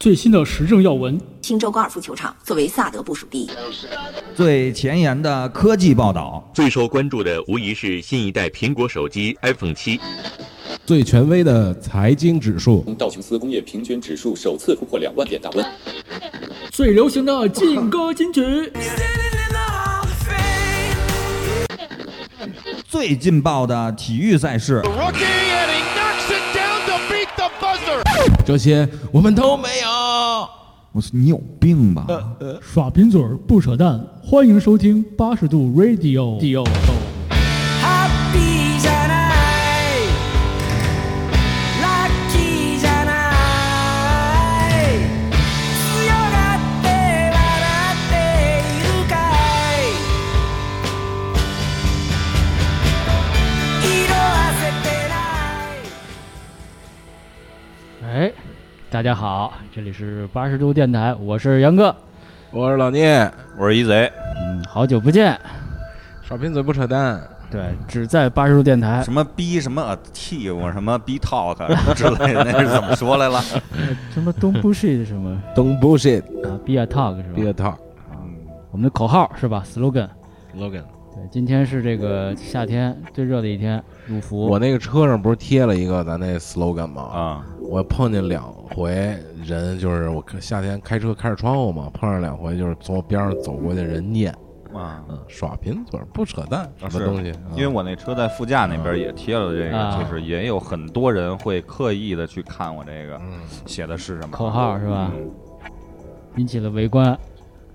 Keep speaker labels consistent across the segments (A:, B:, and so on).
A: 最新的时政要闻，
B: 新州高尔夫球场作为萨德部署地，
C: 最前沿的科技报道，
D: 最受关注的无疑是新一代苹果手机 iPhone 七。
E: 最权威的财经指数，
F: 道琼斯工业平均指数首次突破两万点大关。
A: 最流行的劲歌金曲，
C: 最劲爆的体育赛事，
G: Rookie and he knocks it down to beat the buzzer.
E: 这些我们都没有。
C: 我说你有病 吧？
A: 耍贫嘴儿不扯淡，欢迎收听八十度 Radio。
H: Happy じゃないラッキーじゃない強がって笑っているかい色あせてない
I: 哎，大家好，这里是八十度电台，我是杨哥，
E: 我是老聂，
D: 我是一贼，
I: 嗯，好久不见，
E: 少贫嘴不扯淡。
I: 对，只在八十度电台
J: 什么逼什么 a t 我什么逼 talk 之类的，那是怎么说来 了？
I: 什么东不是 什么
E: Don't bullshit,
I: 啊，Be a Talk 是
E: be
I: 吧嗯
E: a？talk.
I: 我们的口号是吧？slogan。
E: Logan，
I: 对，今天是这个夏天最热的一天，入伏。
E: 我那个车上不是贴了一个咱那 slogan 吗？
J: 啊，
E: 我碰见两回人，就是我夏天开车开着窗户嘛，碰上两回就是从我边上走过去人念，
J: 啊，
E: 嗯，耍贫嘴不扯淡，什么
J: 是
E: 东西？嗯
J: 因为我那车在副驾那边也贴了这
I: 啊
J: 个，就是也有很多人会刻意的去看我这个
E: 嗯
J: 写的是什么
I: 口号是吧
J: 嗯
I: 引起了围观、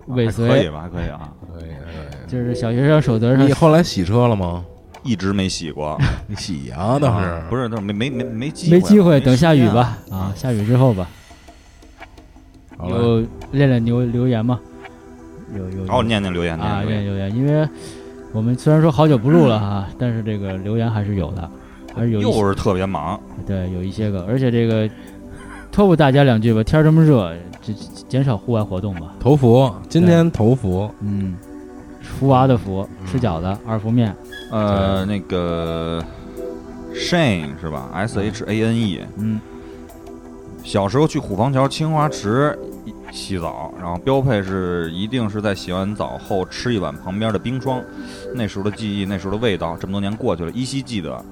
I: 尾
J: 还可以
I: 随，
J: 吧？还可以啊，
E: 可以可
I: 就是小学生守则
E: 以。
I: 上
E: 你后来洗车了吗？
J: 一直没洗过，
E: 你洗呀，倒 是
J: 啊不是，倒是没没没没机
I: 没机会，等
J: 时
I: 下雨
J: 间
I: 吧，啊，下雨之后吧。
E: 好了，
I: 有练练留留言吗？有有
J: 哦，念念留言，
I: 啊，
J: 念念
I: 愿意
J: 留言。
I: 留言，因为我们虽然说好久不录了哈， 但是这个留言还是有的，还是有一些
J: 又是特别忙，
I: 对有一些个，而且这个托付大家两句吧，天儿这么热，这这减少户外活动吧。
E: 头伏，今天头伏，
I: 嗯，福娃的福，
J: 嗯
I: 吃饺子，二福面，
J: 呃，那个 Shane 是吧？S H A N E，
I: 嗯，
J: 小时候去虎坊桥清华池一洗澡，然后标配是一定是在洗完澡后吃一碗旁边的冰霜。那时候的记忆，那时候的味道，这么多年过去了，依稀记得啊。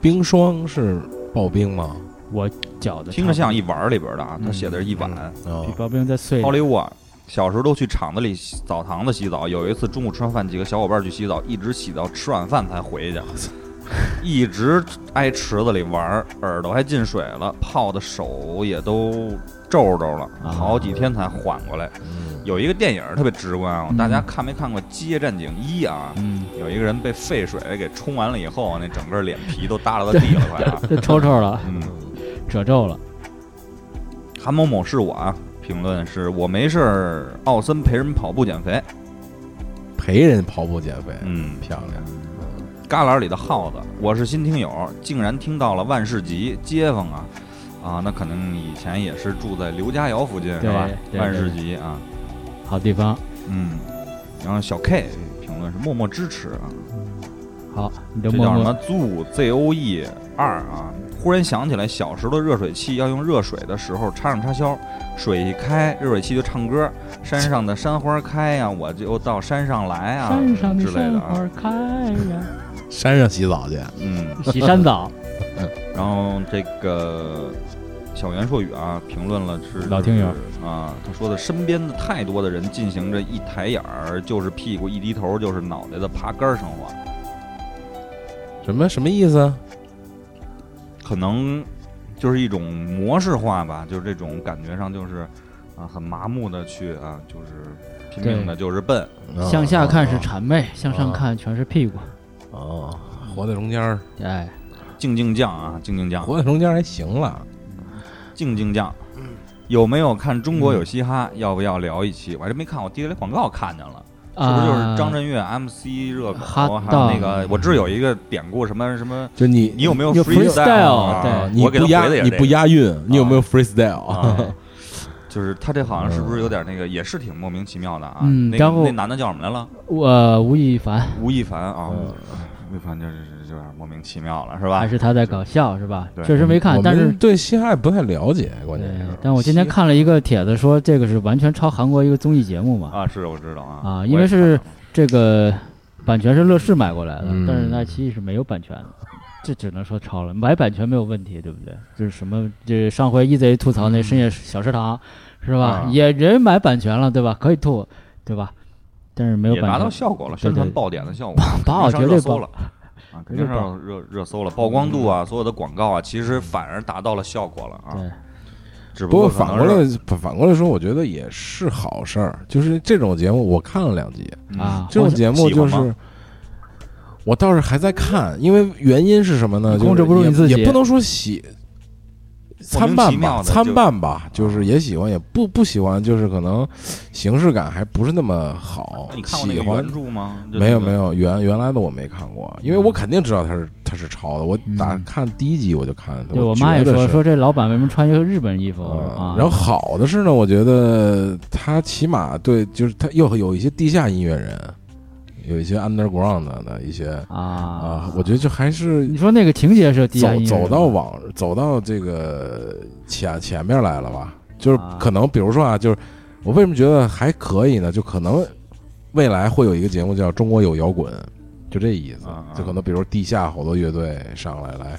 E: 冰霜是刨冰吗？
I: 我饺子
J: 听着
I: 差嗯
J: 像一碗里边的啊，他写的是一碗。哦
E: 啊
I: 不多，比刨冰再碎一点。
J: Hollywood，小时候都去厂子里洗澡堂子洗澡。有一次中午吃完饭，几个小伙伴去洗澡，一直洗到吃晚饭才回去，一直挨池子里玩儿，耳朵还进水了，泡的手也都皱皱了，
I: 啊
J: 好几天才缓过来。
E: 嗯
J: 有一个电影特别直观啊，
I: 嗯
J: 大家看没看过《机械战警一》啊？
I: 嗯，
J: 有一个人被废水给冲完了以后，那整个脸皮都耷拉到地了，快啊！
I: 这抽抽了，
J: 嗯，
I: 褶皱了。
J: 韩某某是我啊。评论是我没事儿，奥森陪人跑步减肥。
E: 陪人跑步减肥，
J: 嗯，
E: 漂亮。
J: 旮旯里的耗子，我是新听友，竟然听到了万事吉街坊啊啊，那可能以前也是住在刘家窑附近是
I: 对
J: 吧？
I: 对
J: 万事吉啊，
I: 好地方，
J: 嗯，然后小 K 评论是默默支持啊，
I: 好，你就
J: 这
I: 默
J: 叫什么
I: 默
J: Zoo Z O E 二啊？忽然想起来，小时候的热水器要用热水的时候插上插销，水一开，热水器就唱歌。山上的山花开呀、我就到山上来啊
I: 山上的
J: 之类的
I: 山
J: 啊
I: 花，开呀，
E: 山上洗澡去，
J: 嗯。
I: 洗山 澡，
J: 然后这个小袁硕宇啊，评论了是
I: 老听友
J: 啊，他说的身边的太多的人进行着一抬眼儿就是屁股，一低头就是脑袋的爬杆儿生活，
E: 什么什么意思？
J: 可能就是一种模式化吧，就是这种感觉上就是啊很麻木的去啊，就是拼命的就是笨，
E: 啊
I: 向下看是
E: 啊
I: 谄
J: 哦
I: 媚，向上看全是屁股。
E: 哦，活在中间儿，
I: 哎，
J: 静静酱啊，静静酱，
E: 活在中间儿还行了。
J: 静静酱。有没有看《中国有嘻哈》？要不要聊一期？我还真没看，我地雷广告看见了。是不是就是张
I: 震？
J: 震岳、MC 热狗，还
I: 啊哈
J: 有
I: 当
J: 那个，我知道有一个典故，什么什么，
E: 就你，
J: 你有没有
E: 你
I: freestyle，
J: 啊
I: 对
E: 你
J: 我给他
E: 不押
J: 回的也是
E: 你
J: 这
E: 不
J: 个
E: 押韵，你有没有 freestyle？、
J: 啊就是他这好像是不是有点那个，也是挺莫名其妙的啊。
I: 嗯
J: 那
I: 然
J: 个
I: 后
J: 那男的叫什么来了？
I: 我吴亦凡，
J: 吴亦凡啊，
E: 嗯
J: 吴亦凡就是就有点莫名其妙了，是吧
I: 还？是他在搞笑是吧？
J: 对
I: 确实没 看
E: 我，
I: 但是
E: 们对西海不太了解，关
I: 对
E: 键是。，
I: 但我今天看了一个帖子说这个是完全抄韩国一个综艺节目嘛，
J: 啊，是我知道啊
I: 啊
J: 我
I: 因为
J: 也
I: 是这个版权是乐视买过来的，
E: 嗯
I: 但是爱奇艺是没有版权的。这只能说抄了，买版权没有问题，对不对？就是什么，这上回 EZ 吐槽那深夜小食堂，是吧？
J: 啊
I: 也人买版权了，对吧？可以吐，对吧？但是没有
J: 也
I: 版
J: 拿
I: 权
J: 到。效果了，
I: 对
J: 宣
I: 对
J: 传
I: 对
J: 爆点的效果，
I: 爆
J: 肯定上
I: 绝对
J: 热搜
I: 爆
J: 了啊，肯定
I: 绝对爆嗯
J: 上热热搜了，曝光度啊，所有的广告啊，其实反而达到了效果了啊
I: 对。
J: 只
E: 不
J: 过
E: 过反
J: 可
E: 过
J: 能是
E: 来反反过来说，我觉得也是好事儿。就是这种节目，我看了两集，
I: 啊，
E: 嗯这种节目就
J: 喜欢
E: 是。我倒是还在看，因为原因是什么呢？
I: 你控制
E: 就是
I: 不住
E: 也
I: 你自己
E: 也不能说喜
J: 莫
E: 参
J: 名其
E: 半
J: 妙
E: 吧，
J: 的
E: 参
J: 就啊
E: 半吧，就是也喜欢，也不不喜欢，就是可能形式感还不是那么好。
J: 哦啊你看过那
E: 喜
J: 个
E: 欢
J: 原著吗？就
E: 没有
J: 那个
E: 没，有，原原来的我没看过，因为
J: 嗯
E: 我肯定知道他是他是抄的。我打看第一集我就看，
I: 嗯对我妈也
E: 觉得
I: 说
E: 是
I: 说这老板为什么穿一个日本衣服
E: 嗯
I: 啊？
E: 然后好的是呢，我觉得他起码对，就是他又有一些地下音乐人，有一些 underground 的一些
I: 啊
E: 啊，我觉得就还是
I: 你说那个情节是低
E: 走
I: 音乐
E: 走
I: 是
E: 到
I: 吧
E: 往走到这个前前面来了吧？就是
I: 啊
E: 可能比如说啊，就是我为什么觉得还可以呢？就可能未来会有一个节目叫《中国有摇滚》，就这意思
J: 啊啊。
E: 就可能比如地下好多乐队上来来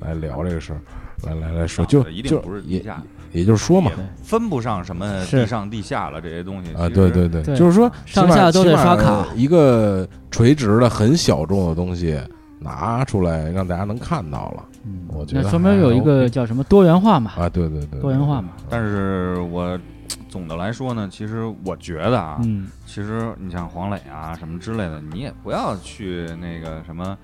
E: 来聊这个事儿，来来来说，
J: 啊
E: 就
J: 对一定
E: 就
J: 不是
E: 也
J: 地下，
E: 也就是说嘛
J: 也。分不上什么
I: 是
J: 地上地下了这些东西
E: 啊，
J: 其
E: 对
J: 实
E: 对对，
I: 对
E: 就是说
I: 上
E: 起码
I: 下都得
E: 起码
I: 刷卡
E: 一个垂直的、很小众的东西拿出来，让大家能看到了。
I: 嗯
E: 我觉
I: 那
E: 得
I: 说明有一
E: 还
I: 个
E: OK
I: 叫什么多元化嘛，
E: 啊，对对对，
I: 多元化嘛。
J: 但是我总的来说呢，其实我觉得啊，
I: 嗯，
J: 其实你像黄磊啊什么之类的，你也不要去那个什么，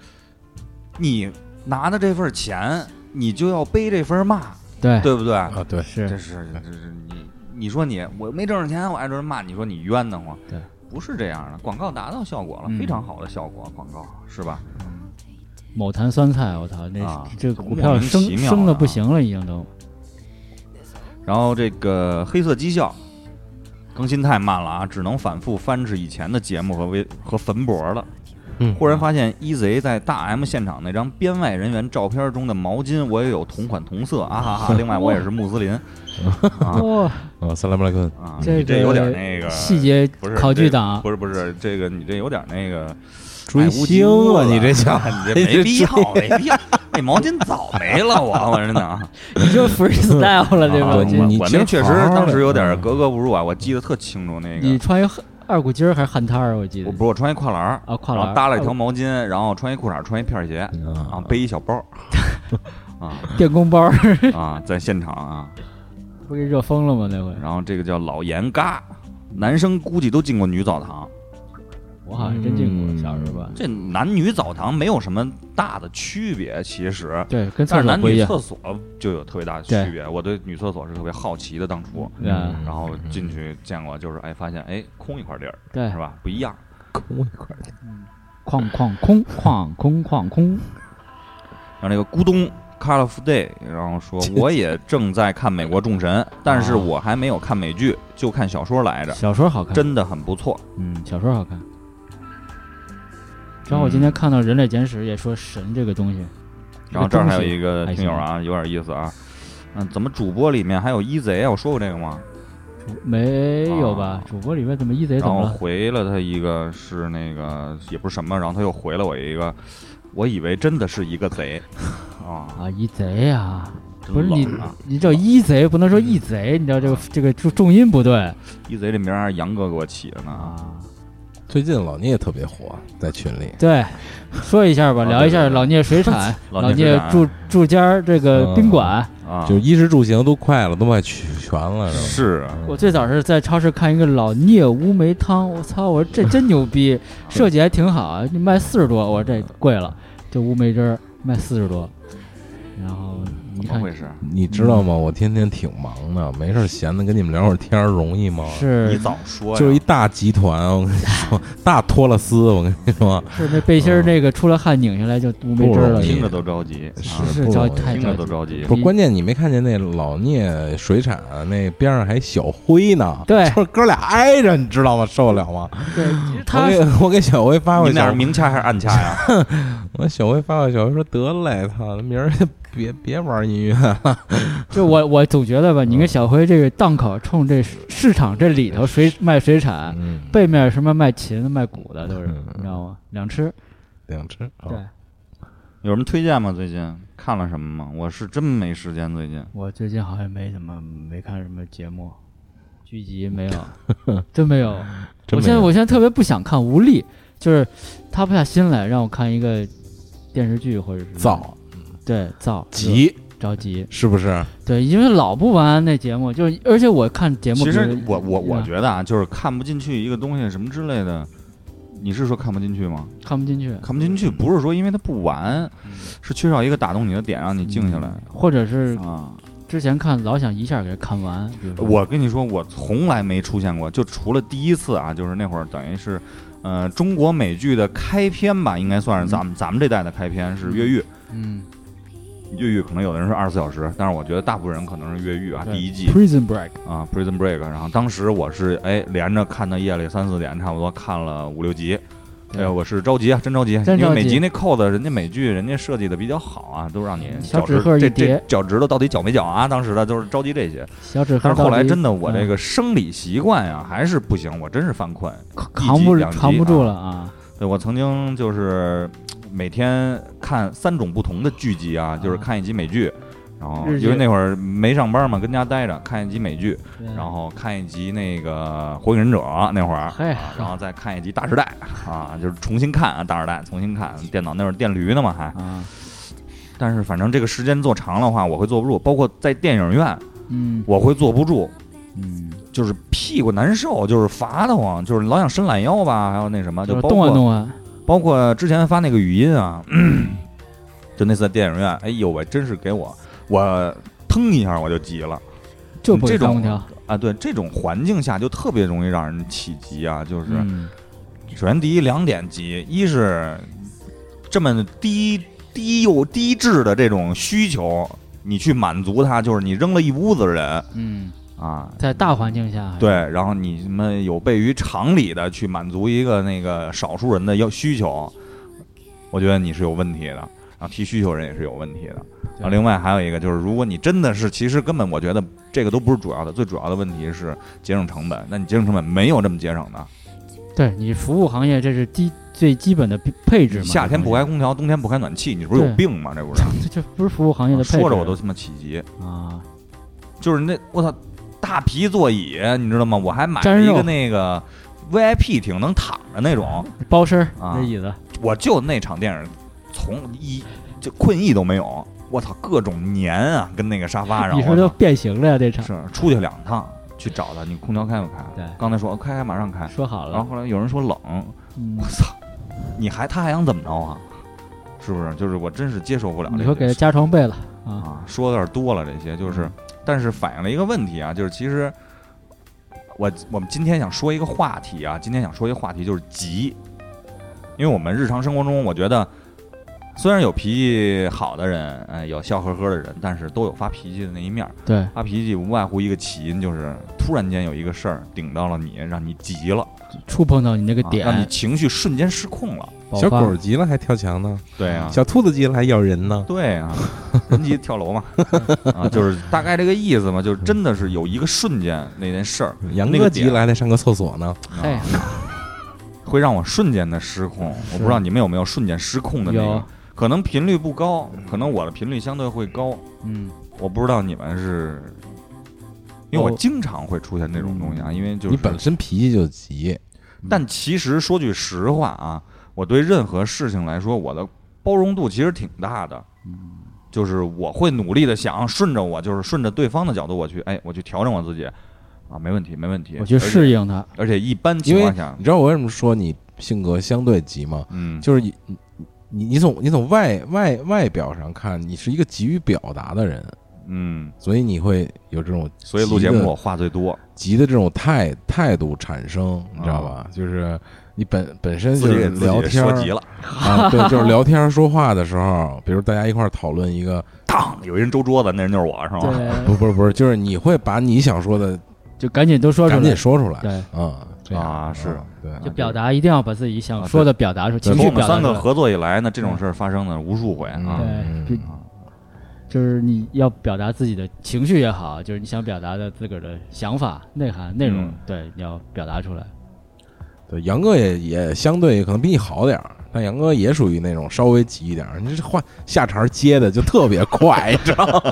J: 你拿的这份钱，你就要背这份骂，
I: 对，
J: 对不对？
E: 啊，对，
J: 这
I: 是
J: 是这是你你说你我没挣着钱，我挨着人骂，你说你冤得慌？
I: 对，
J: 不是这样的，广告达到效果了，
I: 嗯
J: 非常好的效果，广告是吧？
I: 某坛酸菜，我操，那
J: 啊
I: 这个股票升
J: 莫名其妙啊
I: 升的不行了，已经都
J: 然后这个黑色绩效更新太慢了啊，只能反复翻制以前的节目和微和坟博了。
E: 嗯
J: 忽然发现一贼在大 M 现场那张编外人员照片中的毛巾，我也有同款同色啊哈哈！另外我也是穆斯林啊
I: 哇，
E: 啊，萨拉布莱克，
J: 啊，
I: 这
J: 你这
I: 个
J: 有点那个
I: 细节
J: 不是
I: 考据
J: 这
I: 党
J: 不是不是这个你这有点那个
E: 追星啊 你这
J: 叫你这 没必要没必要，那毛巾早没了我我真的啊。
I: 你就 freestyle 了对
J: 啊
I: 吧
J: 我
E: 对？你
I: 这
E: 你
J: 我
E: 其
J: 那
E: 实
J: 确实
E: 好好
J: 当
E: 的
J: 时有点
E: 嗯
J: 格格不入啊，我记得特清楚那个，
I: 你穿一二股筋儿还是汗摊儿？啊我记
J: 我
I: 得
J: 不是我穿一跨栏儿
I: 啊嗯跨栏儿
J: 然后搭了一条毛巾，然后穿一裤衩，穿一片儿鞋，然后
E: 啊，
J: 背一小包 儿啊
I: 电 工包儿
J: 啊，在现场啊，
I: 不给热疯了吗？那回
J: 然后这个叫老严嘎，男生估计都进过女澡堂，
I: 我好像真进过
E: 嗯
I: 小时候吧。
J: 这男女澡堂没有什么大的区别，其实。
I: 对，
J: 但
I: 跟厕
J: 是
I: 所
J: 男
I: 不一
J: 女
I: 样。
J: 厕所就有特别大的区别，我对女厕所是特别好奇的。当初，
I: 对啊
J: 然后进去见过，就是哎，发现哎空一块地儿，
I: 对
J: 是，吧？不一样。
E: 空一块儿
I: 哐哐空哐空哐空，
J: 然后那个咕咚 Colorful Day，然后 说我也正在看《美国众神》，但
I: 哦
J: 是我还没有看美剧，就看小说来着，
I: 小说好看，
J: 真的很不错。
I: 嗯，小说好看。正好我今天看到《人类简史》也说神这个东西，
J: 嗯然后这儿还有一个
I: 还
J: 听
I: 行
J: 友啊，有点意思啊，嗯，怎么主播里面还有一贼啊？我说过这个吗？
I: 没有吧
J: 啊？
I: 主播里面怎么一贼
J: 然
I: 怎么
J: 后
I: 了？
J: 回了他一个是那个也不是什么，然后他又回了我一个，我以为真的是一个 贼啊，
I: 啊，一贼啊！
J: 真
I: 不是
J: 冷
I: 你
J: 啊，嗯
I: 你叫一贼，不能说一贼，你知道这个这个重重音不对
J: 一贼这名儿还是杨哥给我起的呢啊。
I: 啊。
E: 最近老聂特别火，在群里，
I: 对，说一下吧，
J: 啊
I: 聊一下
J: 对对对
I: 老聂水产，
J: 老
I: 老
J: 聂水
I: 聂
J: 产嗯
I: 住住家儿这个宾馆。
J: 啊
E: 就衣食住行都快了，都快全了，是
J: 是
E: 吧？
J: 啊
I: 我最早是在超市看一个老聂乌梅汤，我操，我说 这真牛逼，设计还挺好啊，你卖四十多，我说这贵了，这乌梅汁儿卖四十多，然后
J: 怎
I: 你
J: 么
I: 看
J: 回事？
E: 你知道吗？我天天挺忙的，没事儿闲的跟你们聊会儿天儿容易吗？
J: 你
I: 是
J: 早说呀！
E: 就是一大集团，我跟你 说，大托勒斯，我跟你说，
I: 是那背心儿那个出了汗拧下来就都没汁儿了
E: 不容易，
J: 听着都着急，
E: 是
J: 啊
I: 是
E: 不
I: 着
E: 容易
I: 太
J: 听着
I: 着
J: 都
I: 急。
J: 着急。
E: 不是关键，你没看见那老聂水产啊那边上还小辉呢？
I: 对
E: 就是哥俩挨着，你知道吗？受得了吗？
I: 对，
E: 我
I: 他
E: 给我给小辉发
J: 你
E: 过
J: 们
E: 去，
J: 俩是明掐还是暗掐呀？
E: 我小辉发过去，小辉说得嘞，操，明儿就别别玩音乐了，
I: 就我我总觉得
J: 嗯
I: 吧，你跟小辉这个档口冲这市场这里头水卖水产，
E: 嗯，
I: 背面什么卖琴的卖鼓的都是，
E: 嗯
I: 你知道吗？两吃，
E: 想吃。
I: 对
J: 哦有什么推荐吗？最近看了什么吗？我是真没时间，最近
I: 我最近好像没怎么没看什么节目，剧集 没有，真没有。
E: 真
I: 我
E: 没
I: 现在
E: 有
I: 我现在特别不想看，无力，就是塌不下心来让我看一个电视剧或者是
E: 造
I: 对造
E: 急
I: 着急，
E: 是不是？
I: 对，因为老不完那节目，就是而且我看节目比
J: 其
I: 如，
J: 实我我我
I: 嗯
J: 觉得啊，就是看不进去一个东西什么之类的。你是说看不进去吗？
I: 看不进去，
J: 看不进去不是说因为它不完，
I: 嗯
J: 是缺少一个打动你的点，让你静下来
I: 或者是
J: 啊。
I: 之前看老想一下给它看完，比如说
J: 我跟你说，我从来没出现过，就除了第一次啊，就是那会儿等于是，呃，中国美剧的开篇吧，应该算是咱们、咱们这代的开篇是越狱。
I: 嗯
J: 越狱可能有的人是二十四小时，但是我觉得大部分人可能是越狱啊，
I: 对
J: 第一季
I: ，Prison Break，
J: 啊，Prison Break。然后当时我是哎连着看到夜里三四点，差不多看了五六集。哎
I: 对
J: 呀，我是着急啊，真着急啊！
I: 真
J: 因为
I: 着
J: 每
I: 急
J: 集那扣子，人家美剧人家设计的比较好啊，都让你
I: 小
J: 脚
I: 纸
J: 趾
I: 鹤一
J: 这这
I: 叠
J: 脚趾头到底绞没绞啊？当时的就是着急这些。
I: 小指
J: 但
I: 和
J: 是后来真的，我
I: 嗯
J: 这个生理习惯呀、还是不行，我真是犯困。
I: 扛不
J: 一集两集
I: 扛不住
J: 啊
I: 了啊，
J: 对我曾经就是嘖每天看三种不同的剧集啊，就是看一集美剧，然后
I: 日剧
J: 因为那会儿没上班嘛，跟家待着，看一集美剧，
I: 对
J: 然后看一集那个《火影忍者》那会儿，
I: 嘿
J: 啊然后再看一集《大时代》啊，就是重新看啊，《大时代》重新看，电脑那会儿电驴呢嘛还，
I: 啊
J: 但是反正这个时间做长的话，我会坐不住，包括在电影院
I: 嗯
J: 我会坐不住，
I: 嗯，
J: 就是屁股难受，就是乏得慌，就是老想伸懒腰吧，还有那什么，就
I: 就是
J: 包
I: 动啊
J: 括嗯
I: 动啊，
J: 包括之前发那个语音啊， 就那次在电影院，哎呦喂，真是给我我腾一下我就急了
I: 就不
J: 这
I: 给开
J: 种
I: 空调，
J: 啊！对，这种环境下就特别容易让人起急啊，就是、
I: 嗯
J: 首先第一两点急，一是这么低低又低质的这种需求，你去满足它，就是你扔了一屋子人
I: 嗯，
J: 啊，
I: 在大环境下还是
J: 对，然后你什么有悖于常理的去满足一个那个少数人的要需求，我觉得你是有问题的。然后提需求人也是有问题的。然后另外还有一个就是，如果你真的是，其实根本我觉得这个都不是主要的，最主要的问题是节省成本。那你节省成本没有这么节省的，
I: 对你服务行业，这是基最基本的配配置嘛。
J: 夏天不开空调，冬天不开暖气，你不是有
I: 对
J: 病吗？这不 是
I: 这这不是服务行业的配置。
J: 说着我都他妈起急。
I: 啊，
J: 就是那我操，大皮座椅，你知道吗？我还买
I: 粘
J: 了一
I: 肉嗯
J: 个那个 VIP 挺能躺着那种。
I: 包身儿
J: 啊
I: 那椅子，
J: 我就那场电影，从一就困意都没有。我操，各种粘啊，跟那个沙发上。
I: 你
J: 我
I: 说
J: 操
I: 都变形了呀？这场
J: 是出去两趟去找他，你空调开不开？
I: 对
J: 刚才说哦开开，马上开。
I: 说好
J: 然后
I: 了，
J: 后来有人说冷，
I: 嗯
J: 我操，你还他还想怎么着啊？是不是？就是我真是接受不了这
I: 你
J: 些。
I: 说给他加床被了啊？嗯
J: 啊，说的有点多了，这些就是，但是反映了一个问题啊，就是其实我我们今天想说一个话题啊，今天想说一个话题就是急，因为我们日常生活中，我觉得虽然有脾气好的人，哎，有笑呵呵的人，但是都有发脾气的那一面儿。
I: 对，
J: 发脾气无外乎一个起因，就是突然间有一个事儿顶到了你，让你急了，
I: 触碰到你那个
J: 啊让你
I: 点，
J: 情绪瞬间失控了。
I: 爆
E: 小
I: 发
E: 狗急了还跳墙呢，
J: 对啊，
E: 小兔子急了还咬人呢。
J: 对啊， 人急跳 楼嘛，啊，就是大概这个意思嘛，就是真的是有一个瞬间那件事儿，
E: 杨
J: 嗯那
E: 哥
J: 个
E: 急
J: 点
E: 了还得上个厕所呢。
I: 嘿，
J: 啊会让我瞬间的失控。我不知道你们有没有瞬间失控的那
I: 有
J: 个，可能频率不高，
E: 嗯
J: 可能我的频率相对会高，
I: 嗯，
J: 我不知道你们是，因为我
I: 我
J: 经常会出现这种东西啊，因为就是
E: 哦
J: 啊
E: 你本身脾气就急，
J: 但其实说句实话啊，我对任何事情来说，我的包容度其实挺大的。
E: 嗯
J: 就是我会努力的想顺着我，就是顺着对方的角度我去，哎，我去调整我自己，啊，没问题，没问题。
I: 我去
J: 而且
I: 适应它，
J: 而且一般
E: 因
J: 情
E: 为
J: 况下
E: 你，知道我为什么说你性格相对急吗？
J: 嗯，
E: 就是你你你从你从外外外表上看，你是一个急于表达的人，
J: 嗯，
E: 所以你会有这种
J: 所以录节
E: 急的
J: 目我话最多，
E: 急的这种态态度产生，你知道吧？就是你本本身
J: 啊
E: 就
J: 自己
E: 是
J: 给自
E: 聊
J: 己
E: 天
J: 说
E: 儿
J: 急了，
E: 啊，对，就是聊天儿说话的时候，比如大家一块儿讨论一个，
J: 当有一人周桌子，那人就是我，是吗？
E: 不
I: 对，
E: 不是不是，就是你会把你想说的
I: 就赶紧都说出
E: 赶紧
I: 来。
E: 说出来，
I: 对
E: 嗯，这样
J: 啊
E: 嗯
J: 是
E: 对，
I: 就表达一定要把自己
E: 啊
I: 想说的表达出，
J: 对
I: 情
J: 从
I: 绪
J: 我们
I: 表
J: 三
I: 达出
J: 个
I: 来。
J: 合作以来呢，这种事儿发生了无数回啊。
E: 嗯
I: 对，就就是你要表达自己的情绪也好，就是你想表达的自个儿的想法、内涵、内容
J: 嗯，
I: 对，你要表达出来。
E: 对，杨哥也也相对可能比你好点儿，但杨哥也属于那种稍微急一点儿，你这话下茬儿接的就特别快，你知道吗？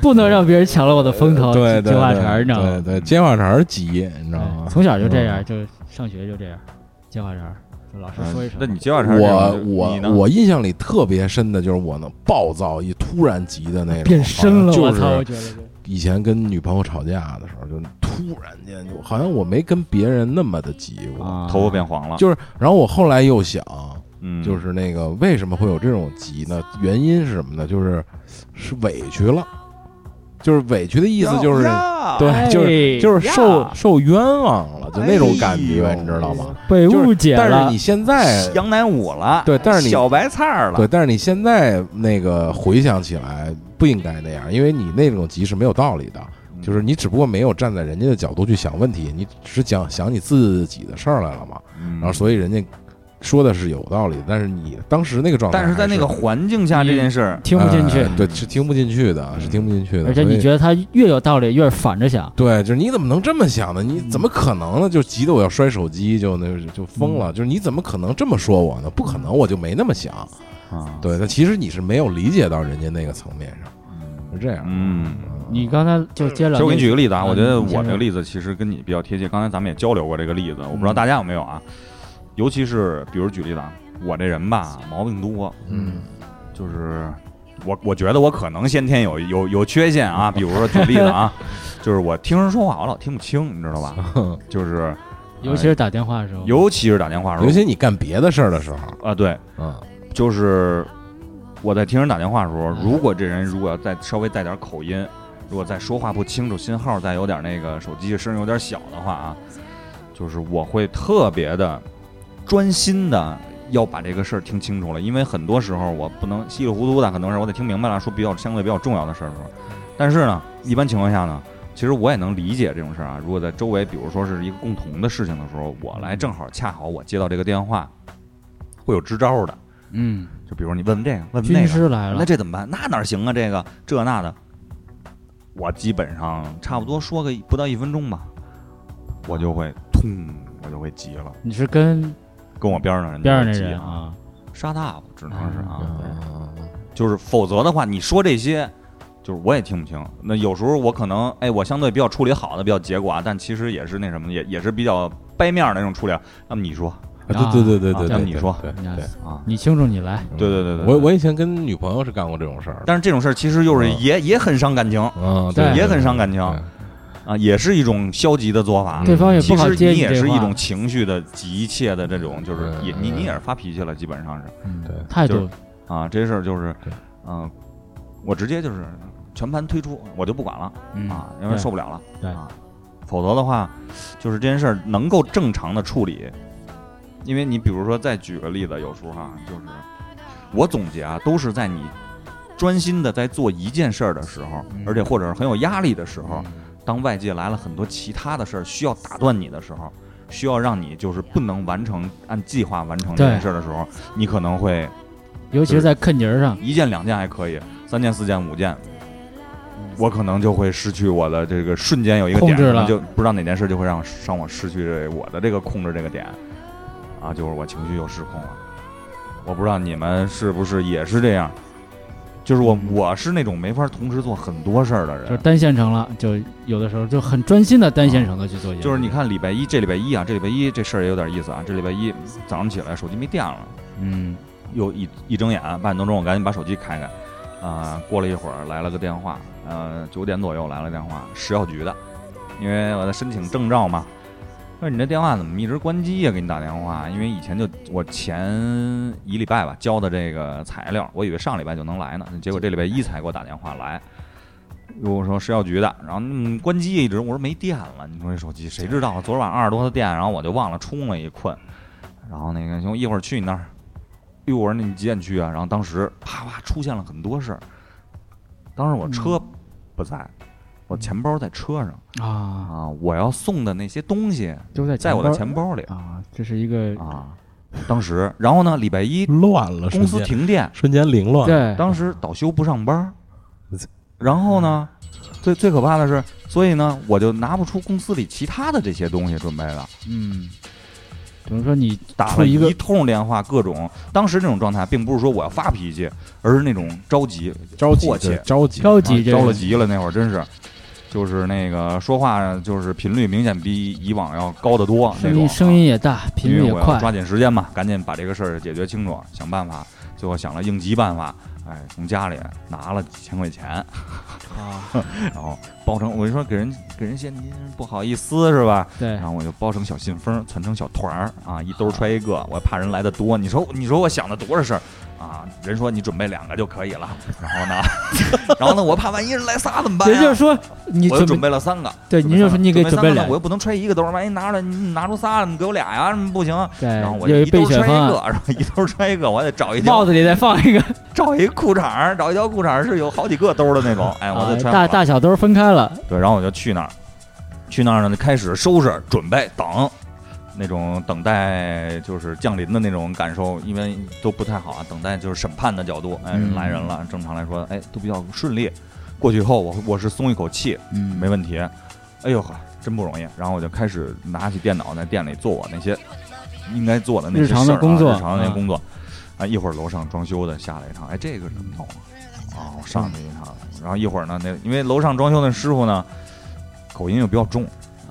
I: 不能让别人抢了我的风头，
E: 呃对对
I: 哦接话茬
E: 对
I: 儿，你知道
E: 对
I: 吗？
E: 对，接话茬儿急，你知道吗嗯
I: 对？从小就这样，就上学就这样，接话茬儿，就老师说一
E: 啊
I: 声。
J: 那你接话茬儿这
E: 我
J: 种就，你
E: 我
J: 呢
E: 我印象里特别深的就是我能暴躁一突然急的那种，
A: 变身了，
E: 好
A: 我
E: 像就
A: 操！我
E: 是
A: 觉得
E: 以前跟女朋友吵架的时候，就突然间就好像我没跟别人那么的急过，
I: 啊，
J: 头发变黄了，
E: 就是然后我后来又想，
J: 嗯，
E: 就是那个为什么会有这种急呢？原因是什么呢？就是是委屈了，就是委屈的意思就是
J: 呀
E: 对，
I: 哎
E: 就是就是受
J: 呀
E: 受冤枉了，就那种感
J: 哎
E: 觉，
J: 呦
E: 你知道吗？
I: 被
E: 就是
I: 误解了。
E: 但是你现在
J: 羊奶五了，
E: 对但是你
J: 小白菜儿了，
E: 对，但是你现在那个回想起来不应该那样，因为你那种急是没有道理的，
J: 嗯
E: 就是你只不过没有站在人家的角度去想问题，你只是想想你自己的事儿来了嘛。
J: 嗯，
E: 然后所以人家说的是有道理，但是你当时那个状态还
J: 但
E: 是，
J: 是在那个环境下这件事儿，
I: 听不进去嗯
E: 哎，对，是听不进去的，是听不进去的。
I: 而
E: 所
I: 且
E: 以
I: 你觉得他越有道理越反着想，
E: 对，就是你怎么能这么想呢？你怎么可能呢？就急得我要摔手机，就那就疯
I: 嗯
E: 了。就是你怎么可能这么说我呢？不可能，我就没那么想。
J: 啊，
I: 嗯
E: 对，但其实你是没有理解到人家那个层面上，是这样。
J: 嗯。
I: 你刚才就接
J: 其
I: 了。
J: 实我给你举个例子啊，
I: 嗯
J: 我觉得
I: 你先
J: 我这个
I: 说
J: 例子其实跟你比较贴切。刚才咱们也交流过这个例子，我不知
E: 嗯
J: 道大家有没有啊？尤其是比如举例子啊，我这人吧毛病多，
E: 嗯，
J: 就是我我觉得我可能先天有有有缺陷 啊，比如说举例子啊，就是我听人说话我老听不清，你知道 吧？就是
I: 尤其是打电话的时候，
J: 尤其是打电话的
I: 嗯
J: 时候，
E: 尤其你干别的事儿的时候，
J: 啊对，
E: 嗯，
J: 就是我在听人打电话的时候，
I: 嗯
J: 如果这人如果要再稍微带点口音，如果再说话不清楚，信号再有点那个手机声有点小的话啊，就是我会特别的专心的要把这个事儿听清楚了，因为很多时候我不能稀里糊涂的，很多事儿我得听明白了，说比较相对比较重要的事儿的时候，但是呢，一般情况下呢。其实我也能理解这种事儿啊。如果在周围，比如说是一个共同的事情的时候，我来正好恰好我接到这个电话，会有支招的。
I: 嗯，
J: 就比如你问问这个，问问那
I: 军
J: 个，
I: 师来
J: 那
I: 了，
J: 这怎么办？那哪行啊？这个这那的，我基本上差不多说个不到一分钟吧，我就会通，我就会急了，
I: 你是跟
J: 跟我边上人
I: 边上那
J: 就会急
I: 人
J: 啊
I: 啊，
J: ，shut up，只能是啊，
I: 嗯
J: 就是否则的话，你说这些。就是我也听不清，那有时候我可能，哎，我相对比较处理好的，比较结果啊，但其实也是那什么，也也是比较掰面儿的那种处理啊。那么你说
E: 啊，对对对对对
J: 啊
E: 对，
J: 你说
E: 对
I: 你
E: 对，
J: 啊？
I: 你清楚你来，
J: 对对对对，
E: 我
J: 对，
E: 我以前跟女朋友是干过这种事儿的，
J: 但是这种事儿其实又是
I: 嗯
J: 也也很伤感情，
E: 嗯，
I: 对嗯
J: 也很伤感情
E: 对
J: 啊，也是一种消极的做法。
I: 对方也
J: 嗯其
I: 不好
J: 实
I: 接
J: 你也
I: 这
J: 是一
I: 话
J: 种，情绪的急切的这种，就是
E: 嗯
J: 也你
E: 嗯
J: 你也是发脾气了，基本上是
I: 嗯
E: 对
I: 态
J: 就
I: 度
J: 是啊，这事儿就是
E: 对，
J: 嗯，我直接就是全盘推出，我就不管了
I: 嗯
J: 啊，因为
I: 对
J: 受不了了，
I: 对
J: 啊，否则的话，就是这件事儿能够正常的处理，因为你比如说再举个例子，有时候哈，就是我总结啊，都是在你专心的在做一件事儿的时候，
I: 嗯
J: 而且或者是很有压力的时候，当外界来了很多其他的事儿需要打断你的时候，需要让你就是不能完成按计划完成这件
I: 对
J: 事儿的时候，你可能会
I: 尤其是在坑节儿上，
J: 一件两件还可以，三件四件五件，我可能就会失去我的这个瞬间有一个点，
I: 控制
J: 可能
I: 了
J: 就不知道哪件事就会让让我失去这我的这个控制这个点，啊，就是我情绪又失控了。我不知道你们是不是也是这样，就是我我是那种没法同时做很多事儿的人，
I: 嗯就是单线程了，就有的时候就很专心的单线程的去做一件事，
J: 就是你看礼拜一，这礼拜一啊，这礼拜一这事儿也有点意思啊。这礼拜一早上起来手机没电了，
I: 嗯，
J: 又一一睁眼八点多钟，我赶紧把手机开开，啊、过了一会儿来了个电话，呃，九点左右来了电话，食药局的，因为我在申请证照嘛，说你这电话怎么一直关机呀、啊给你打电话，因为以前就我前一礼拜吧交的这个材料，我以为上礼拜就能来呢，结果这礼拜一才给我打电话来，我说食药局的，然后、嗯、关机一直，我说没电了，你说这手机谁知道？昨晚二十多的电，然后我就忘了充了一困，然后那个行，我一会儿去你那儿，哟，我说那你几点去啊？然后当时啪啪出现了很多事儿，当时我车不在，我钱包在车上
I: 啊，
J: 啊，我要送的那些东西
I: 都在
J: 在我的
I: 包
J: 钱包里
I: 啊，这是一个
J: 啊，当时，然后呢，礼拜
I: 嗯
J: 一
E: 乱了，
J: 公
E: 瞬
J: 司
E: 间
J: 停电，
E: 瞬间凌乱了，
I: 对，
J: 当时倒休不上班儿，
I: 嗯
J: 然后呢，最最可怕的是，所以呢，我就拿不出公司里其他的这些东西准备了，
I: 嗯，等于说你
J: 打
I: 处
J: 了
I: 于一个
J: 通电话，各种。当时这种状态，并不是说我要发脾气，而是那种着急，
E: 着急
J: 迫切
E: 对着急，
I: 着急，
J: 啊着了，急了。那会儿真是，就是那个说话就是频率明显比以往要高得多，那
I: 声
J: 种
I: 音
J: 啊
I: 声音也大，频
J: 因
I: 率
J: 为
I: 也
J: 我要
I: 快，
J: 抓紧时间嘛，赶紧把这个事儿解决清楚，想办法。最后想了应急办法，哎，从家里拿了几千块钱，
I: 啊
J: 然后包成，我就说给人给人现金不好意思是吧？
I: 对
J: 然，后我就包成小信封，攒成小团儿啊，一兜揣一个，我怕人来的多。你说你说我想的多少事儿啊？人说你准备两个就可以 了，然后呢， 然后呢，我怕万一人来仨怎么办
I: 人
J: 呀、
I: 家说你
J: 我就
I: 准
J: 准
I: 备
J: 备了三个，
I: 对
J: 准
I: 您
J: 备
I: 就
J: 三
I: 说
J: 个
I: 你给
J: 准
I: 准
J: 备三个
I: 备两
J: 呢，我又不能揣一个兜儿，万一拿着你拿出仨，你给我俩呀，不行。啊
I: 对
J: 然后，我就
I: 有
J: 一
I: 一哎备
J: 兜揣
I: 选
J: 一
I: 方
J: 个，
I: 案，
J: 然后 一兜揣一个，我还得找一条
I: 帽子里再放一个，
J: 找一裤衩儿，找一条裤衩儿是有好几个兜儿的那 种。哎，我
I: 啊
J: 得揣好
I: 大
J: 了
I: 大小兜分开了，
J: 对，然后我就去那儿，去那儿呢就开始收拾、准备、等，那种等待就是降临的那种感受，因为都不太好啊。等待就是审判的角度，哎，人来人
I: 嗯
J: 了，正常来说，哎，都比较顺利。过去以后，我我是松一口气，
I: 嗯
J: 没问题。哎呦呵，真不容易。然后我就开始拿起电脑在店里做我那些应该做的那些
I: 日常的
J: 事儿啊
I: 工作
J: 日常的那些
I: 嗯
J: 工作。啊，一会儿楼上装修的下来一趟，哎，这个怎么弄啊？啊，我上去一趟，然后一会儿呢，那因为楼上装修那师傅呢，口音又比较重，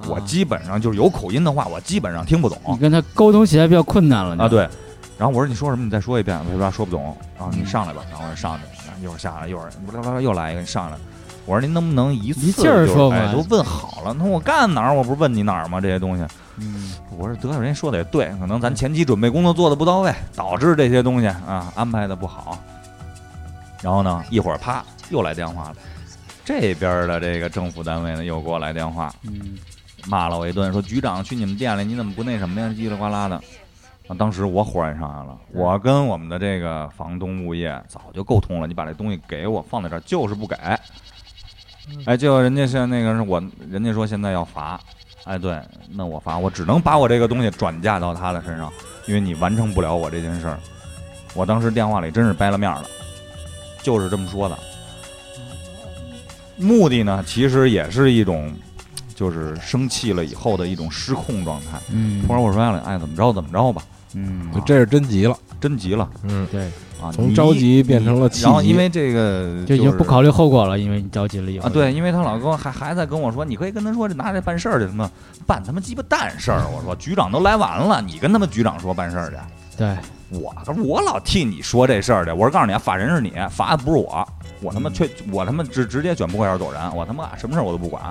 J: 我
I: 啊
J: 基本上就是有口音的话，我基本上听不懂
I: 你跟他沟通起来比较困难了
J: 啊。，对，然后我说你说什么？你再说一遍，为啥说不懂？然后
I: 嗯
J: 你上来吧，然后我就上去，然后一会儿下来，一会儿啦啦啦又来一个，你上来。我说您能不能一次
I: 一气儿
J: 就是
I: 说
J: 哎，
I: 完
J: 就问好了。那我干哪儿？我不是问你哪儿吗？这些东西，
I: 嗯
J: 我说得，人家说的也对，可能咱前期准备工作做的不到位，导致这些东西啊安排的不好。然后呢，一会儿啪又来电话了，这边儿的这个政府单位呢又给我来电话，
I: 嗯，
J: 骂了我一顿，说局长去你们店里你怎么不那什么呀，叽里呱啦的。啊，当时我火也上来了，我跟我们的这个房东物业早就沟通了，你把这东西给我放在这儿，就是不给。哎，结果人家是那个是我，人家说现在要罚，哎，对，那我罚我只能把我这个东西转嫁到他的身上，因为你完成不了我这件事儿。我当时电话里真是掰了面儿了，就是这么说的。目的呢，其实也是一种，就是生气了以后的一种失控状态。
I: 嗯
J: 突然我说爱了，哎，怎么着怎么着吧，
I: 嗯
E: 就这是真急了，
J: 真急了
E: 嗯，
I: 对，
J: 啊！
E: 从
J: 你
E: 着急变成了气急，
J: 然后因为这个
I: 就已经
J: 是
I: 不考虑后果了，因为你着急了以后
J: 啊，对，，因为他老跟我还还在跟我说，你可以跟他说这拿这办事儿去，他妈办他妈鸡巴蛋事儿！我说局长都来完了，你跟他们局长说办事儿去，
I: 对，
J: 我我老替你说这事儿去。我是告诉你啊，法人是你，法的不是我，我他
E: 嗯
J: 妈却我他妈直直接卷铺盖儿走人，我他妈什么事儿我都不管。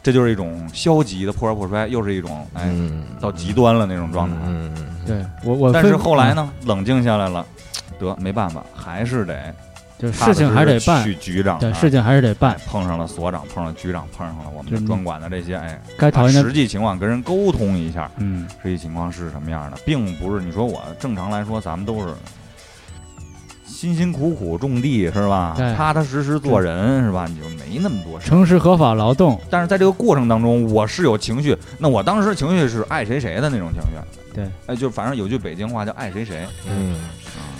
J: 这就是一种消极的破罐破摔，又是一种哎
E: 嗯
J: 到极端了那种状态。
E: 嗯嗯
I: 对我我
J: 但
I: 分
J: 是后来，呢，冷静下来了，得没办法，还是得
I: 嗯就
J: 踏踏
I: 事情还是得
J: 实实
I: 办
J: 去，局长
I: 对，
J: 那儿
I: 事情还是得办
J: 哎，碰上了所长，碰上局长，碰上了我们
I: 就
J: 的
I: 是
J: 专
I: 你
J: 管的这些，哎，
I: 该
J: 把
I: 讨厌
J: 实
I: 的，
J: 际情况跟人沟通一下，
I: 嗯，
J: 实际情况是什么样的，并不是你说我正常来说，咱们都是辛辛苦苦种地是吧
I: 对？
J: 踏踏实实做人是吧？你就没那么多事儿。
I: 诚实合法劳动，
J: 但是在这个过程当中，我是有情绪，那我当时情绪是爱谁谁的那种情绪，
I: 对，
J: 哎，就反正有句北京话叫爱谁谁
E: 嗯，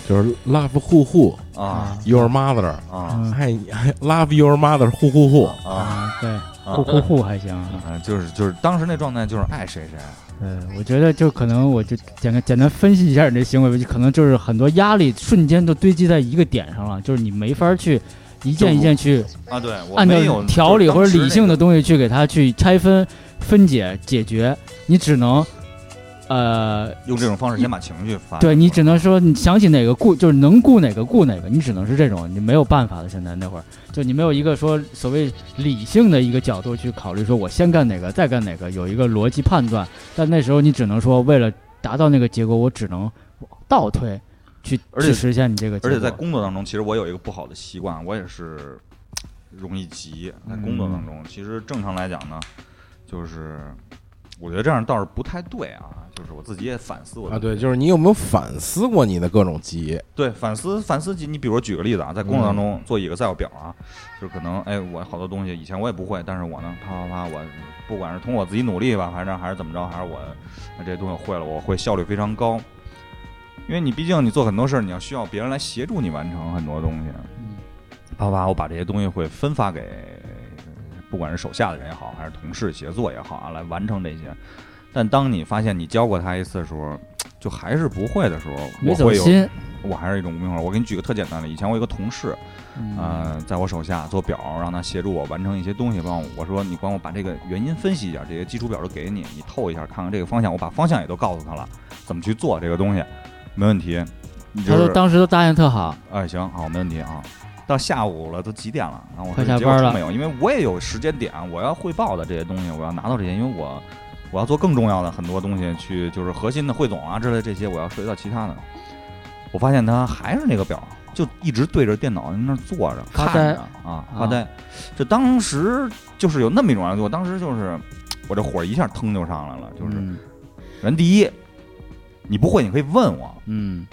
E: 就是 love 护护
J: 啊
E: your mother，
J: 啊
I: 嗯
E: 爱你爱 love your mother 护护护，
J: 啊！
I: 啊，对，
J: 啊
I: 呼呼呼还行啊。
J: 啊，就是就是当时那状态就是爱谁谁，啊
I: 呃，我觉得就可能我就简单简单分析一下你这行为，就可能就是很多压力瞬间都堆积在一个点上了，就是你没法去一件一件去
J: 啊，对，我
I: 按
J: 没有
I: 照条理或者理性的东西去给它去拆分、分解、解决，你只能呃，
J: 用这种方式先把情绪发。
I: 对你只能说你想起哪个顾，就是能顾哪个顾哪个，你只能是这种，你没有办法的。现在那会儿，就你没有一个说所谓理性的一个角度去考虑，说我先干哪个，再干哪个，有一个逻辑判断。但那时候你只能说，为了达到那个结果，我只能倒退去
J: 而且
I: 去实现你这个结
J: 而
I: 果。
J: 且在工作当中，其实我有一个不好的习惯，我也是容易急。在工作当
I: 嗯
J: 中，其实正常来讲呢，就是我觉得这样倒是不太对啊。就是我自己也反思我
E: 啊，对，就是你有没有反思过你的各种急？
J: 对，反思反思。你比如举个例子啊，在工作当中做 Excel 表啊，就是可能哎，我好多东西以前我也不会，但是我呢，啪啪啪，我不管是通过我自己努力吧，反正还是怎么着，还是我那这东西会了，我会效率非常高。因为你毕竟你做很多事儿，你要需要别人来协助你完成很多东西。啪啪，我把这些东西会分发给不管是手下的人也好，还是同事协作也好啊，来完成这些。但当你发现你教过他一次的时候，就还是不会的时候，
I: 没
J: 我
I: 走
J: 会有
I: 心，
J: 我还是一种无名火。我给你举个特简单的，以前我有一个同事，
I: 嗯
J: 呃，在我手下做表，让他协助我完成一些东西，帮我我说你帮我把这个原因分析一下，这些基础表都给你，你透一下，看看这个方向，我把方向也都告诉他了，怎么去做这个东西，没问题。你就
I: 他
J: 是
I: 都当时都答应特好，
J: 哎，行，好，没问题啊。到下午了，都几点了？然后我
I: 快
J: 说
I: 下
J: 结果
I: 班
J: 出
I: 了
J: 没有？因为我也有时间点，我要汇报的这些东西，我要拿到这些，因为我我要做更重要的很多东西去，就是核心的汇总啊之类这些，我要涉及到其他的。我发现他还是那个表，就一直对着电脑在那儿坐着
I: 发
J: 看
I: 呆
J: 着啊
I: 啊
J: 发呆。这当时就是有那么一种感觉，我当时就是我这火一下腾就上来了，就是
I: 嗯
J: 人第一，你不会你可以问我
I: 嗯，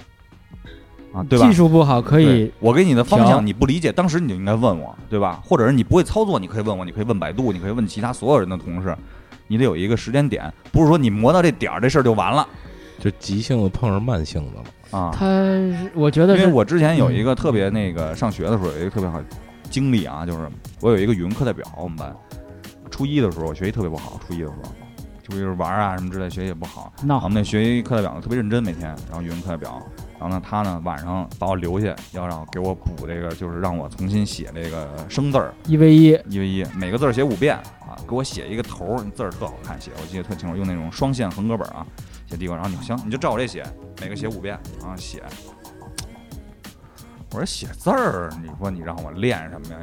J: 啊，对吧
I: 技？术不好可以
J: 对，我给你的方
I: 调
J: 向你不理解，当时你就应该问我，对吧？或者是你不会操作，你可以问我，你可以问百度，你可以问其他所有人的同事，你得有一个时间点，不是说你磨到这点儿这事儿就完了
E: 就急性子碰上慢性子了。
J: 啊。
I: 他是我觉
J: 因
I: 得
J: 为
I: 是嗯
J: 我之前有一个特别那个上学的时候有一个特别好的经历啊，就是我有一个语文课代表，我们班初一的时候我学习特别不好，初一的时候就是玩儿啊什么之类，学习也不好，
I: 闹
J: 啊我们那学习课代表呢特别认真，每天，然后语文课代表，然后呢他呢晚上把我留下，要让给我补这个，就是让我重新写这个生字儿，
I: 一 v 一，
J: 一 v 一，每个字儿写五遍啊，给我写一个头儿，你字儿特好看，写我记得特清楚，用那种双线横格本啊写地方，然后你行你就照我这写，每个写五遍啊写。我说写字儿，你说你让我练什么呀？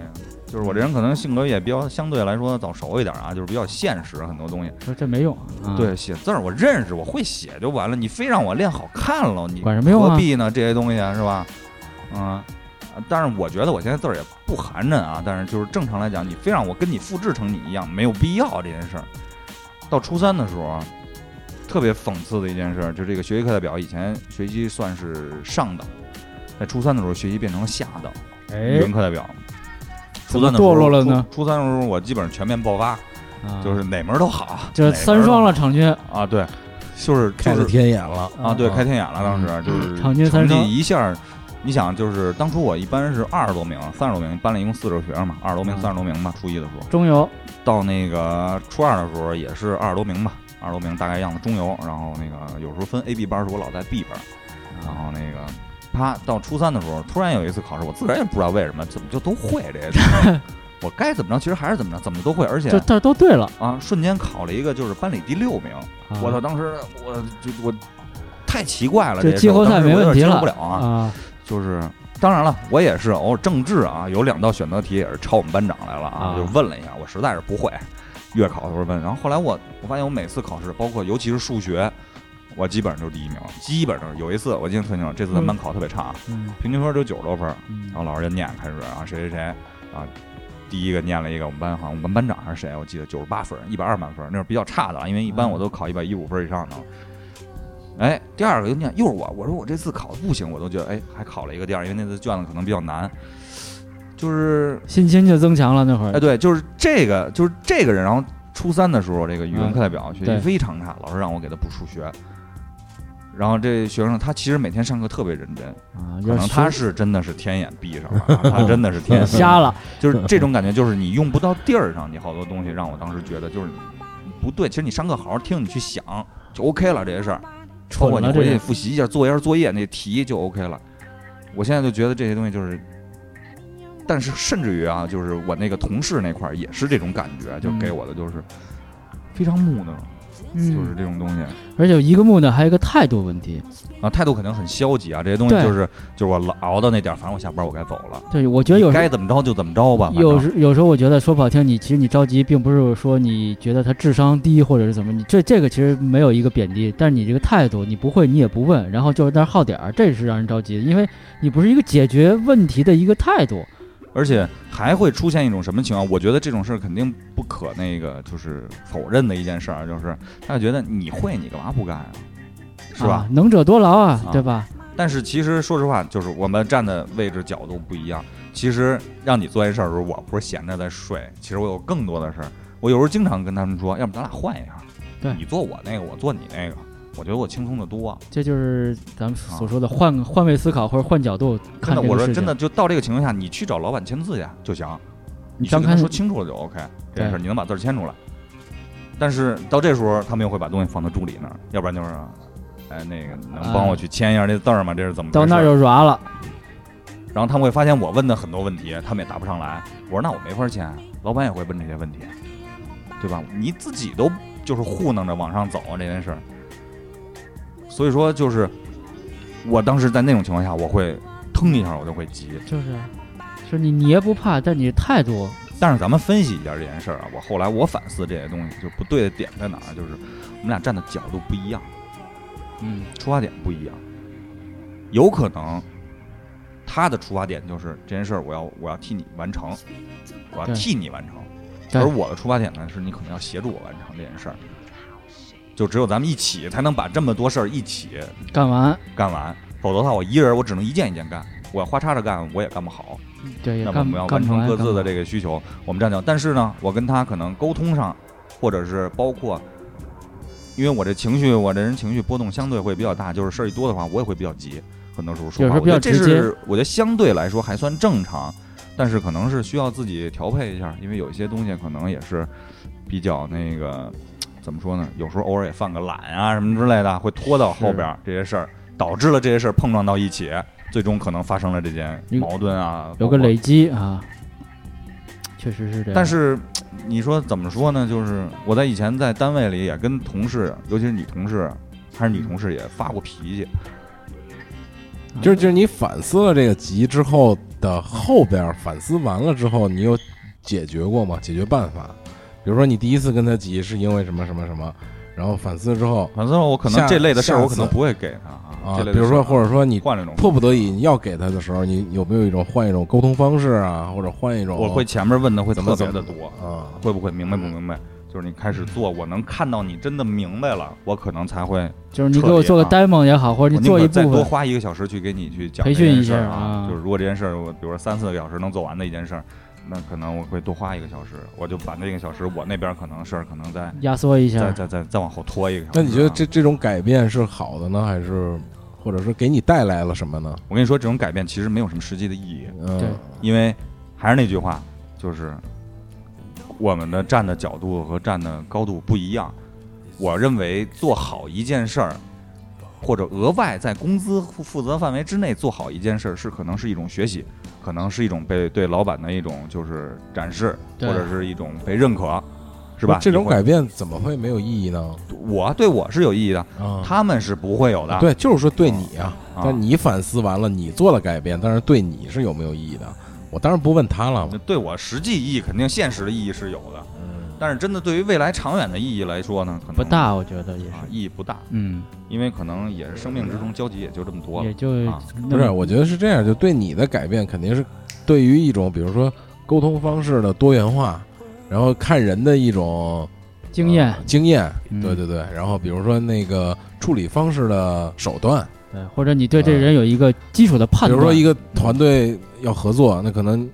J: 就是我这人可能性格也比较相对来说早熟一点啊，就是比较现实，很多东西。
I: 说这没用啊，
J: 嗯对，写字儿我认识，我会写就完了。你非让我练好看了，你
I: 管什么用啊
J: 何必呢？这些东西啊是吧？嗯，啊但是我觉得我现在字儿也不寒碜啊。但是就是正常来讲，你非让我跟你复制成你一样，没有必要这件事儿。到初三的时候，啊特别讽刺的一件事儿，就这个学习课代表以前学习算是上等，在初三的时候学习变成了下等，语
I: 哎
J: 文，课代表。初
I: 怎么
J: 三的时候
I: 堕落了呢
J: 初初三的时候，我基本上全面爆发，
I: 啊
J: 就是哪门儿都好，
I: 这
J: 哪门儿
I: 三
J: 都
I: 双
J: 好
I: 了场均
J: 啊，对，就是
E: 开
J: 就
E: 了
J: 是
E: 天眼了，
I: 嗯
J: 啊，对，
E: 啊
J: 开天眼了，当时就是
I: 场均三
J: 成
I: 十
J: 绩一下儿，你想就是当初我一般是二十多名、三十多名，班里一共四十个学生嘛，二十多名、
I: 嗯
J: 三十多名吧，初一的时候，
I: 中游，
J: 到那个初二的时候也是二十多名吧，二十多名大概样子中游，然后那个有时候分 A、B 班儿时候，我老在 B 班儿，然后那个。啪，到初三的时候，突然有一次考试，我自个儿也不知道为什么，怎么就都会这些东西我该怎么着，其实还是怎么着，怎么都会，而且
I: 这这都对了，
J: 啊，瞬间考了一个就是班里第六名，
I: 啊
J: 我操！当时我就我太奇怪了，
I: 这
J: 这
I: 季
J: 事儿
I: 后
J: 我当
I: 赛
J: 时
I: 没
J: 我有点
I: 问题
J: 接受
I: 了
J: 不了啊。
I: 啊，
J: 就是当然了，我也是偶尔政治啊，有两道选择题也是抄我们班长来了
I: 啊
J: 啊，就问了一下，我实在是不会。月考的时候问，然后后来我我发现我每次考试，包括尤其是数学，我基本上就是第一名，基本上有一次我记得特清楚，这次咱们班考得特别差啊，
I: 嗯
J: 平均分只有九十多分儿，
I: 嗯
J: 然后老师就念开始啊，谁谁谁啊，第一个念了一个我们班好像我们班长还是谁，我记得九十八分，一百二满分，那是比较差的啊，因为一
I: 嗯
J: 般我都考一百一五分以上的了。哎，第二个就念又是我，我说我这次考的不行，我都觉得哎还考了一个第二，因为那次卷子可能比较难，就是
I: 信心就增强了那会
J: 哎
I: 儿，
J: 对，就是这个就是这个人，然后初三的时候这个语文
I: 嗯
J: 课代表学
I: 对
J: 习非常差，老师让我给他补数学。然后这学生他其实每天上课特别认真，
I: 啊，
J: 可
I: 要
J: 能
I: 学
J: 他是真的是天眼闭上 了，他真的是天眼闭上
I: 瞎了，
J: 就是这种感觉，就是你用不到地儿上，你好多东西让我当时觉得就是你不对。其实你上课好好听，你去想就 OK 了这些事儿，包
I: 蠢
J: 括你
I: 了这
J: 回去
I: 人，
J: 复习一下，做一下作业那题就 OK 了。我现在就觉得这些东西就是，但是甚至于啊，
I: 嗯
J: 就是我那个同事那块儿也是这种感觉，就给我的就是非常木讷，就是这种东西
I: 嗯而且一个木呢，还有一个态度问题。
J: 啊，态度肯定很消极啊，这些东西
I: 对
J: 就是就是我熬到那点儿，反正我下班我该走了，
I: 对，我觉得有时候
J: 该怎么着就怎么着吧，反
I: 有
J: 正
I: 时有时候我觉得说不好听，你其实你着急，并不是说你觉得他智商低或者是怎么，你这这个其实没有一个贬低，但是你这个态度，你不会你也不问，然后就是在那儿耗点儿，这是让人着急，因为你不是一个解决问题的一个态度。
J: 而且还会出现一种什么情况？我觉得这种事儿肯定不可那个就是否认的一件事儿，就是他觉得你会，你干嘛不干啊？是吧
I: 啊？能者多劳啊，
J: 啊
I: 对吧？
J: 但是其实说实话，就是我们站的位置角度不一样。其实让你做一件事儿的时候，我不是闲着在睡，其实我有更多的事儿。我有时候经常跟他们说，要不咱俩换一下，
I: 对
J: 你做我那个，我做你那个，我觉得我轻松的多。
I: 这就是咱们所说的换个换位思考或者换角度
J: 啊真
I: 看
J: 的，
I: 这
J: 我
I: 个
J: 说
I: 事情。
J: 真的，，就到这个情况下，你去找老板签字去就行，你
I: 你
J: 去跟
I: 刚
J: 他
I: 开始
J: 说清楚了就 OK 这件事儿，
I: 对
J: 你能把字儿签出来。但是到这时候，他们又会把东西放到助理那儿，要不然就是，哎，那个能帮我去签一下这字儿吗？这是怎么回事？
I: 嗯到那儿就软了，
J: 然后他们会发现我问的很多问题，他们也答不上来。我说那我没法签，老板也会问这些问题，对吧？你自己都就是糊弄着往上走这件事儿。所以说，就是我当时在那种情况下，我会腾一下，我就会急。
I: 就是啊，就是你你也不怕，但你态度
J: 但是咱们分析一下这件事儿啊，我后来我反思这些东西，就不对的点在哪儿，就是我们俩站的角度不一样，嗯，出发点不一样，有可能他的出发点就是这件事儿，我要我要替你完成，我要
I: 对
J: 替你完成，
I: 对
J: 而我的出发点呢是你可能要协助我完成这件事儿，就只有咱们一起才能把这么多事儿一起
I: 干完，
J: 干完，否则的话我一个人我只能一件一件干，我要花叉着干我也干不好。
I: 对，也
J: 那么我
I: 干
J: 们要
I: 干
J: 完
I: 不
J: 成
I: 完
J: 各
I: 干
J: 自
I: 不
J: 的
I: 完
J: 这个需求，我们站脚。但是呢，我跟他可能沟通上，或者是包括，因为我这情绪，我这人情绪波动相对会比较大，就是事儿一多的话，我也会比较急，很多时候说
I: 有
J: 话，
I: 时候
J: 我觉得
I: 比
J: 这
I: 较直接
J: 是我觉得相对来说还算正常，但是可能是需要自己调配一下，因为有一些东西可能也是比较那个怎么说呢？有时候偶尔也犯个懒啊什么之类的，会拖到后边儿这些事儿，导致了这些事儿碰撞到一起。最终可能发生了这件
I: 有
J: 矛盾啊，
I: 有
J: 包
I: 个
J: 括
I: 累积啊，确实是这样。
J: 但是你说怎么说呢？就是我在以前在单位里也跟同事，尤其是女同事，还是女同事也发过脾气。
I: 啊
E: 就是就是你反思了这个急之后的后边儿，反思完了之后，你有解决过吗？解决办法，比如说你第一次跟他急是因为什么什么什么，然后反思之后
J: 反正我可能
E: 下
J: 这类的事儿，
E: 下
J: 我可能
E: 次
J: 不会给他啊。
E: 啊，
J: 这类的
E: 比如
J: 事儿
E: 说
J: 啊
E: 或者说你
J: 换这种，
E: 迫不得已你要给他的时候，你有没有一种换一种沟通方式啊，或者换一种
J: 我会前面问的会
E: 怎么
J: 特
E: 怎
J: 别
E: 么
J: 的多，
E: 啊？
J: 会不会明白不明白？就是你开始做，我能看到你真的明白了，我可能才会。
I: 就是你给我做个
J: 彻底
I: demo 也好，或者
J: 啊我宁
I: 你做
J: 可
I: 一
J: 再
I: 部
J: 多
I: 分，
J: 花一个小时去给你去讲
I: 培
J: 这件
I: 训一
J: 事儿
I: 下
J: 啊
I: 啊。
J: 就是如果这件事儿，我比如说三四个小时能做完的一件事儿，那可能我会多花一个小时，我就把那个小时我那边儿可能事儿可能在
I: 压缩一
J: 再
I: 下。
J: 再再再往后拖一个小时啊。
E: 那你觉得这这种改变是好的呢，还是或者说给你带来了什么呢？
J: 我跟你说，这种改变其实没有什么实际的意义，
I: 对
E: 嗯，
J: 因为还是那句话，就是我们的站的角度和站的高度不一样。我认为做好一件事儿，或者额外在工资负负责范围之内做好一件事儿，是可能是一种学习，可能是一种被对老板的一种就是展示，
I: 对
J: 或者是一种被认可，是吧？
E: 这种
J: 你会
E: 改，变怎么会没有意义呢？
J: 我对我是有意义的，
E: 啊，
J: 他们是不会有的。
E: 对，就是说对你啊，
J: 啊
E: 但你反思完了，你做了改变，但是对你是有没有意义的？我当然不问他了
J: 那，对我实际意义肯定现实的意义是有的，但是真的对于未来长远的意义来说呢，可能
I: 不大，我觉得也是
J: 啊，，意义不大，
I: 嗯，
J: 因为可能也是生命之中交集也就这么多
I: 也
J: 了。
I: 就
J: 啊
E: 不是？我觉得是这样，就对你的改变肯定是对于一种比如说沟通方式的多元化，然后看人的一种
I: 经验
E: 呃，
J: 啊
E: 经验，
I: 嗯
E: 对对对，然后比如说那个处理方式的手段，
I: 对，或者你对这
J: 啊
I: 人有一个基础的
E: 比
I: 判断。
E: 如说一个团队要合作，那可能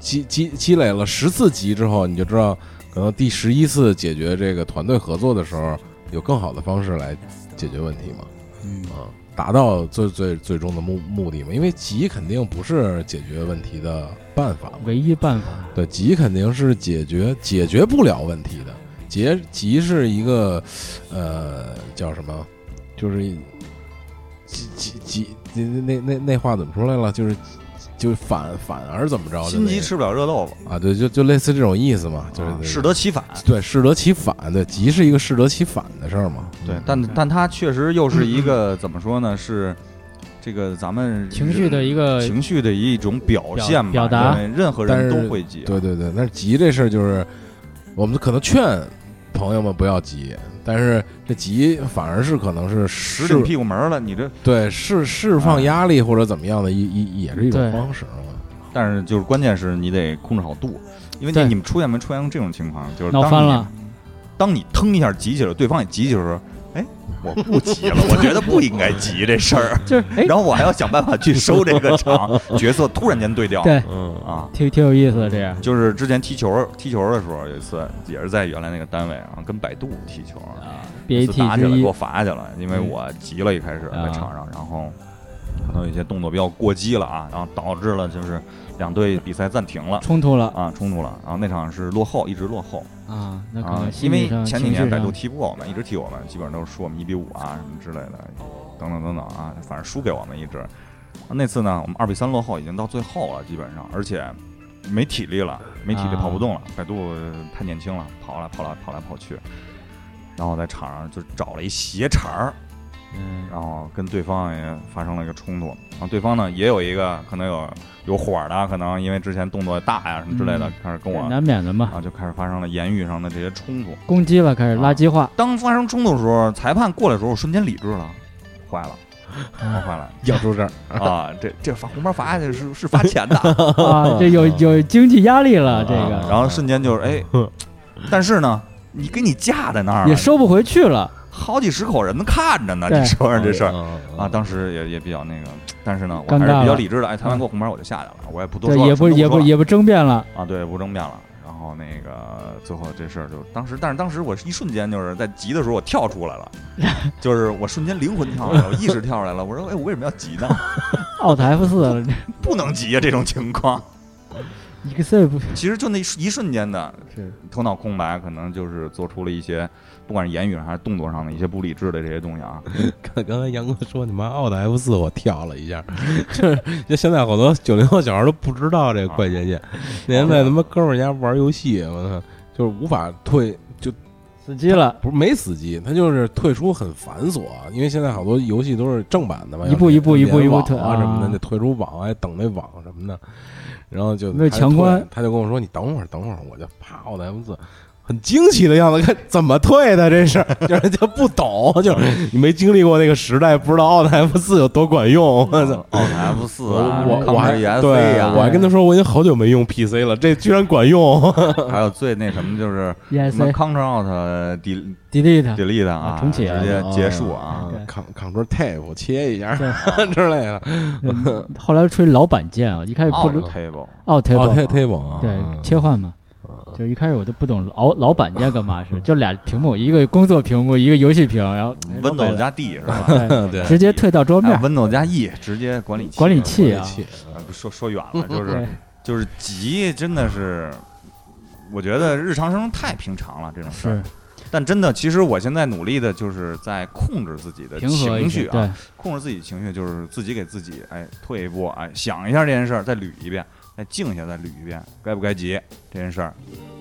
E: 积积积累了十次级之后，你就知道，可能第十一次解决这个团队合作的时候，有更好的方式来解决问题嘛？
I: 嗯，
E: 啊，达到最最最终的目目的嘛？因为急肯定不是解决问题的办法嘛，
I: 唯一办法，
E: 对，急肯定是解决解决不了问题的，急急是一个，呃，叫什么？就是急急急，那那那那话怎么说来了？就是就反反而怎么着的
J: 心
E: 那
J: 急
E: 个
J: 吃不了热豆腐，
E: 啊，对，就就类似这种意思嘛，就是
J: 啊适得其反。
E: 对适得其反，对急是一个适得其反的事儿嘛，
J: 对，但但他确实又是一个怎么说呢？是这个咱们
I: 情绪的一个
J: 情绪的一种表现吧，
I: 表表达
J: 因为任何
E: 但
J: 人
E: 是
J: 都会急，
E: 对对对，但是急这事儿就是，我们可能劝朋友们不要急，但是这急反而是可能是
J: 直
E: 释
J: 顶屁股门儿了，你这
E: 对释释放压力或者怎么样的一一也是一
I: 对
E: 种方式啊。
J: 但是就是关键是你得控制好度，因为
I: 对
J: 你你们出现没出现过这种情况？就是
I: 闹
J: 当
I: 翻
J: 你
I: 了，
J: 当你腾一下急起来，对方也急起来的时候，哎，我不急 了，我觉得不应该急这事儿，
I: 就是 哎，
J: 然后我还要想办法去收这个 场，角色突然间对调，
I: 对，
E: 嗯
J: 啊。
I: 挺挺有意思的这样。
J: 就是之前踢球踢球的时候，有一次也是在原来那个单位啊，跟百度踢球，一次
I: BAT
J: 嗯打起来
I: 之
J: 给我
I: 一，
J: 罚去了，因为我急了，一开始
I: 啊
J: 在场上，然后可能有些动作比较过激了啊，然后导致了就是两队比赛暂停了。
I: 冲突了
J: 啊，冲突了，然后那场是落后，一直落后
I: 啊，那可
J: 啊
I: 能，心
J: 因为
I: 理上
J: 前几
I: 情
J: 年
I: 绪
J: 百度
I: 上
J: 踢不过我们，一直踢我们，基本上都是输我们一比五啊什么之类的，等等等等啊，反正输给我们一直。啊那次呢，我们二比三落后，已经到最后了，基本上，而且没体力了，没体力
I: 啊
J: 跑不动了，百度呃太年轻了，跑来跑来跑来跑去，然后我在场上就找了一斜茬儿，
I: 嗯
J: 然后跟对方也发生了一个冲突，然后对方呢也有一个可能有有火儿的，可能因为之前动作大呀什么之类的
I: 嗯，
J: 开始跟我，啊然
I: 难免的嘛，
J: 后就开始发生了言语上的这些冲突。
I: 攻击了，开
J: 啊
I: 始垃圾化，
J: 当发生冲突的时候，裁判过来的时候，我瞬间理智了，坏 了，我坏了
E: 要出这儿，
J: 啊！这这罚红包罚下去是 是罚钱的，
I: 啊，这 有有经济压力
J: 啊
I: 了，这个嗯
J: 然后瞬间就是哎，但是呢，你给你架在那儿了，
I: 也收不回去了，
J: 好几十口人看着呢，
I: 对哎
J: 你说说这事儿。啊，
E: 啊
J: 当时也也比较那个，但是呢，我
I: 尴
J: 还是
I: 尬
J: 比较
I: 了嗯
J: 理智的。哎，裁判给我红包，我就下去了，我也不多
I: 对，
J: 说了，
I: 也
J: 什么
I: 不
J: 都
I: 也
J: 不
I: 不
J: 说了
I: 也不争辩了，
J: 啊，对，不争辩了。然后那个最后这事儿就当时，但是当时我是一瞬间就是在急的时候，我跳出来了，就是我瞬间灵魂跳出来了，我意识跳出来了。我说，哎，我为什么要急呢？
I: 奥特 F 四了，
J: 不能急啊，这种情况。
I: 一个 C 不
J: 其实就那一瞬一瞬间的头脑空白，可能就是做出了一些，不管是言语上还是动作上的一些不理智的这些东西啊。
E: 刚刚才杨哥说你妈奥特 F 四，我跳了一下， 就是就现在好多九零后小孩都不知道这个快捷键，那天在他妈哥们儿家玩游戏，我操，就是无法退，就
I: 死机了，
E: 不是没死机，它就是退出很繁琐，因为现在好多游戏都是正版的嘛，
I: 一步一步一步一步退
E: 退啊什么
I: 啊
E: 的，得退出网，还哎等那网什么的，然后就
I: 为强关
E: 他就退，他就跟我说你等会儿等会儿，我就啪我的 M 字。很惊奇的样子，看怎么退的这是， 就是就不懂，就是你没经历过那个时代，不知道奥特 F 四有多管用。我
I: 啊
E: 操！
J: 奥特 F 四啊，
E: 我我还对
J: ESC 啊，
E: 我还跟他说，我已经好久没用 PC 了，这居然管用。
J: 还有最那什么就是什么
I: ESC
J: Ctrl Alt Del-
I: delete，
J: Delete 啊，
I: 重启
J: 直接结束啊。
I: 对
E: 扛扛住 Tab 切一下
I: 对
E: 之类的。
I: 嗯后来吹老板键啊，一开始不
J: Alt
I: 知
J: Table，
I: Alt
E: 哦
I: Table，
E: Table 啊，
I: 对，切换嘛。
J: 啊
I: 就一开始我都不懂老老板键干嘛 是，就俩屏幕，一个工作屏幕，一个游戏屏，然后哎老板
J: Windows 加 D 是吧？
I: 对直接退到桌面
J: 啊，Windows 加 E 直接管理器
I: 管理器
E: 一
I: 啊，嗯
E: 起
J: 啊，不说说远了，就
I: 对
J: 是就是急，真的是，我觉得日常生活太平常了这种事儿
I: 是。
J: 但真的，其实我现在努力的就是在控制自己的
I: 平和一
J: 情
I: 些
J: 绪，啊
I: 对，，
J: 控制自己情绪，就是自己给自己哎退一步，哎想一下这件事儿，再捋一遍，再静下再捋一遍，该不该急这件事儿